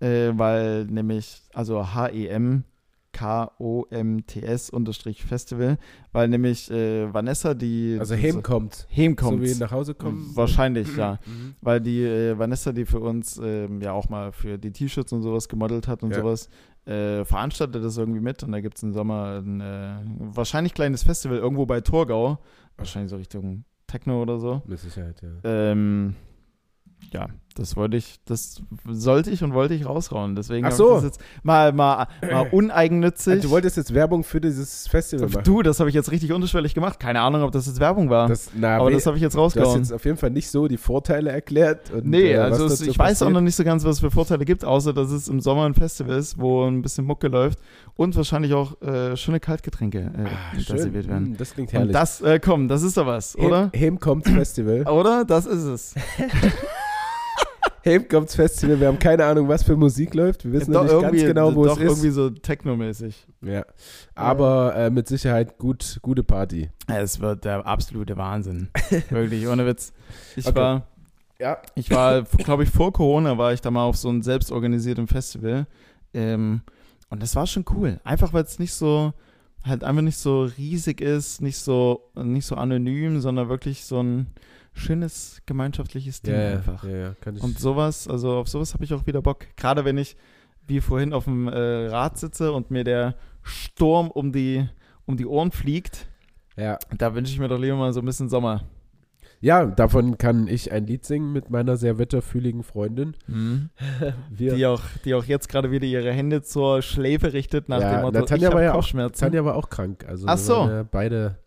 äh, weil nämlich, also H-E-M, K-O-M-T-S unterstrich Festival, weil nämlich äh, Vanessa, die
Also
diese-
Hem kommt. So wie
Hemkommts.
nach Hause kommen.
Wahrscheinlich, ja.
Mhm.
Weil die äh, Vanessa, die für uns ähm, ja auch mal für die T-Shirts und sowas gemodelt hat und
Ja.
sowas, äh, veranstaltet das irgendwie mit. Und da gibt es im Sommer ein äh, wahrscheinlich kleines Festival irgendwo bei Torgau. Wahrscheinlich so Richtung Techno oder so.
Mit Sicherheit, ja.
Ähm, ja, das wollte ich, das sollte ich und wollte ich rausrauen. Deswegen
Ach
habe
so.
ich das jetzt mal, mal,
[CLEARS THROAT]
mal uneigennützig.
Also, du wolltest jetzt Werbung für dieses Festival machen.
du, das habe ich jetzt richtig unterschwellig gemacht. Keine Ahnung, ob das jetzt Werbung war.
das, na,
aber
we-
das habe ich jetzt
du hast
rausgehauen.
jetzt auf jeden Fall nicht so die Vorteile erklärt. Und,
Nee,
äh,
also
was
es,
dort so
ich weiß auch
passiert.
noch nicht so ganz, was es für Vorteile gibt, außer dass es im Sommer ein Festival ist, wo ein bisschen Mucke läuft und wahrscheinlich auch äh, schöne Kaltgetränke
Ah,
äh, serviert
schön.
werden.
Mm, Das klingt
Und
herrlich. Äh,
das, äh, komm, das ist doch was, oder?
Hem, Hem kommt's Festival.
Oder? Das ist es.
Hem kommt's Festival. Wir haben keine Ahnung, was für Musik läuft. Wir [LAUGHS] wissen
Doch
noch nicht ganz
irgendwie-
genau, wo
doch
es ist.
irgendwie so technomäßig.
Ja. Aber äh, mit Sicherheit gut, gute Party.
Es wird der absolute
[LAUGHS]
Wahnsinn. Wirklich, ohne Witz. Ich
Okay.
war,
Ja.
ich war, glaube ich, vor Corona war ich da mal auf so einem selbstorganisierten Festival. Ähm, und das war schon cool. Einfach weil es nicht so, halt einfach nicht so riesig ist, nicht so, nicht so anonym, sondern wirklich so ein schönes gemeinschaftliches Ding
Ja, ja,
einfach.
ja, ja, kann ich.
Und sowas, also auf sowas habe ich auch wieder Bock. Gerade wenn ich wie vorhin auf dem äh, Rad sitze und mir der Sturm um die, um die Ohren fliegt,
ja.
da wünsche ich mir doch lieber mal so ein bisschen Sommer.
ja, davon kann ich ein Lied singen mit meiner sehr wetterfühligen Freundin. Wir,
Die auch, die auch jetzt gerade wieder ihre Hände zur Schläfe richtet, nach
Ja,
dem Motto,
Natanja
ich
war
habe
ja auch-
Kopfschmerzen.
Tanja war auch krank. Also
Ach
wir
so.
waren ja beide,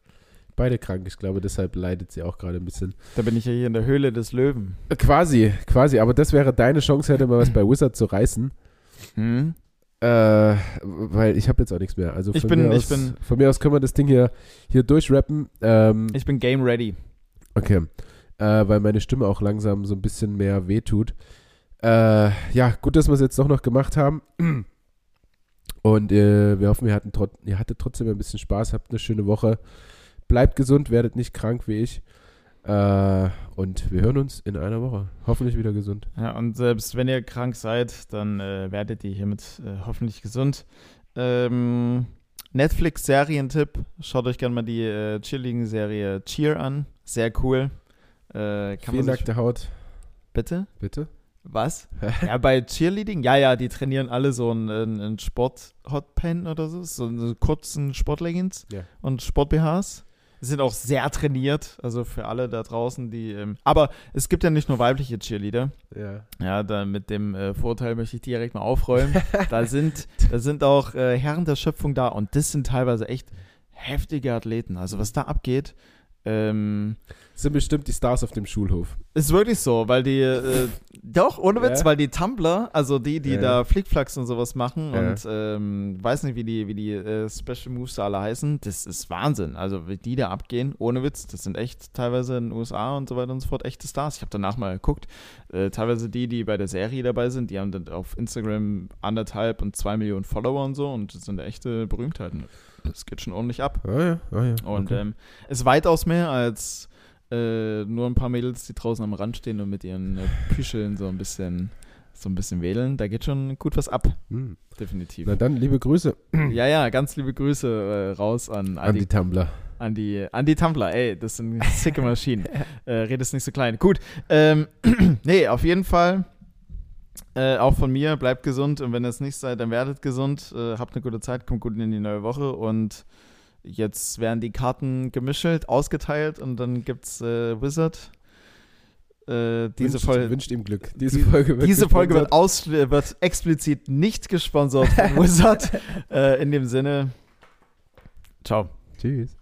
beide krank. Ich glaube, deshalb leidet sie auch gerade ein bisschen.
Da bin ich ja hier in der Höhle des Löwen.
Äh, Quasi, quasi. Aber das wäre deine Chance, hätte mal was bei Wizard zu reißen. Äh, weil ich habe jetzt auch nichts mehr. Also
Ich
von
bin-
mir
ich
aus,
bin-
Von mir aus können wir das Ding hier, hier durchrappen. Ähm,
Ich bin game ready.
okay. Äh, weil meine Stimme auch langsam so ein bisschen mehr wehtut. Äh, ja, gut, dass wir es jetzt doch noch gemacht haben. Und äh, wir hoffen, ihr, hatten trot ihr hattet trotzdem ein bisschen Spaß, habt eine schöne Woche. Bleibt gesund, werdet nicht krank wie ich. Äh, und wir hören uns in einer Woche. Hoffentlich wieder gesund.
Ja, und selbst wenn ihr krank seid, dann äh, werdet ihr hiermit äh, hoffentlich gesund. Ähm, Netflix-Serientipp. Schaut euch gerne mal die äh, Cheerleading-Serie Cheer an. Sehr cool. Äh, kann
Viel
man sich,
nackte Haut,
bitte?
bitte.
Was? ja, bei Cheerleading? Ja, ja, die trainieren alle so einen, einen einen Sport-Hotpan oder so, so einen kurzen Sportleggings
Ja.
und Sport-BHs. Sie Sind auch sehr trainiert, also für alle da draußen, die. Ähm, aber es gibt ja nicht nur weibliche Cheerleader.
Ja.
Ja, da mit dem äh, Vorteil möchte ich direkt mal aufräumen. da, sind, da sind auch äh, Herren der Schöpfung da und das sind teilweise echt heftige Athleten. Also, was da abgeht, Ähm,
Sind bestimmt die Stars auf dem Schulhof.
Ist wirklich so, weil die, äh, doch, ohne Witz,
Ja.
weil die Tumblr, also die, die
Ja.
da Flickflacks und sowas machen
Ja.
und ähm, weiß nicht, wie die, wie die äh, Special Moves da alle heißen, das ist Wahnsinn. Also, wie die da abgehen, ohne Witz, das sind echt teilweise in den USA und so weiter und so fort echte Stars. Ich habe danach mal geguckt, äh, teilweise die, die bei der Serie dabei sind, die haben dann auf Instagram anderthalb und zwei Millionen Follower und so und das sind echte Berühmtheiten. Das geht schon ordentlich ab.
Ah ja, ah ja.
Und
okay.
ähm, ist weitaus mehr als äh, nur ein paar Mädels, die draußen am Rand stehen und mit ihren äh, Püscheln so ein bisschen so ein bisschen wedeln. Da geht schon gut was ab,
Hm.
definitiv.
Na dann, liebe Grüße
Ja, ja, ganz liebe Grüße äh, raus an,
an die
Adi,
Tumblr.
an die an die Tumblr. Ey, das sind sicke Maschinen. äh, redest nicht so klein. Gut. Ähm, [CLEARS THROAT] nee, auf jeden Fall. Äh, auch von mir, bleibt gesund und wenn ihr es nicht seid, dann werdet gesund. Äh, habt eine gute Zeit, kommt gut in die neue Woche und jetzt werden die Karten gemischelt, ausgeteilt und dann gibt's äh, Wizard. Äh, diese,
wünscht,
Folge,
wünscht ihm Glück. Diese
Die-
Folge wird
diese Folge wird,
gesponsert.
aus, wird explizit nicht gesponsert von Wizard. äh, in dem Sinne, ciao.
Tschüss.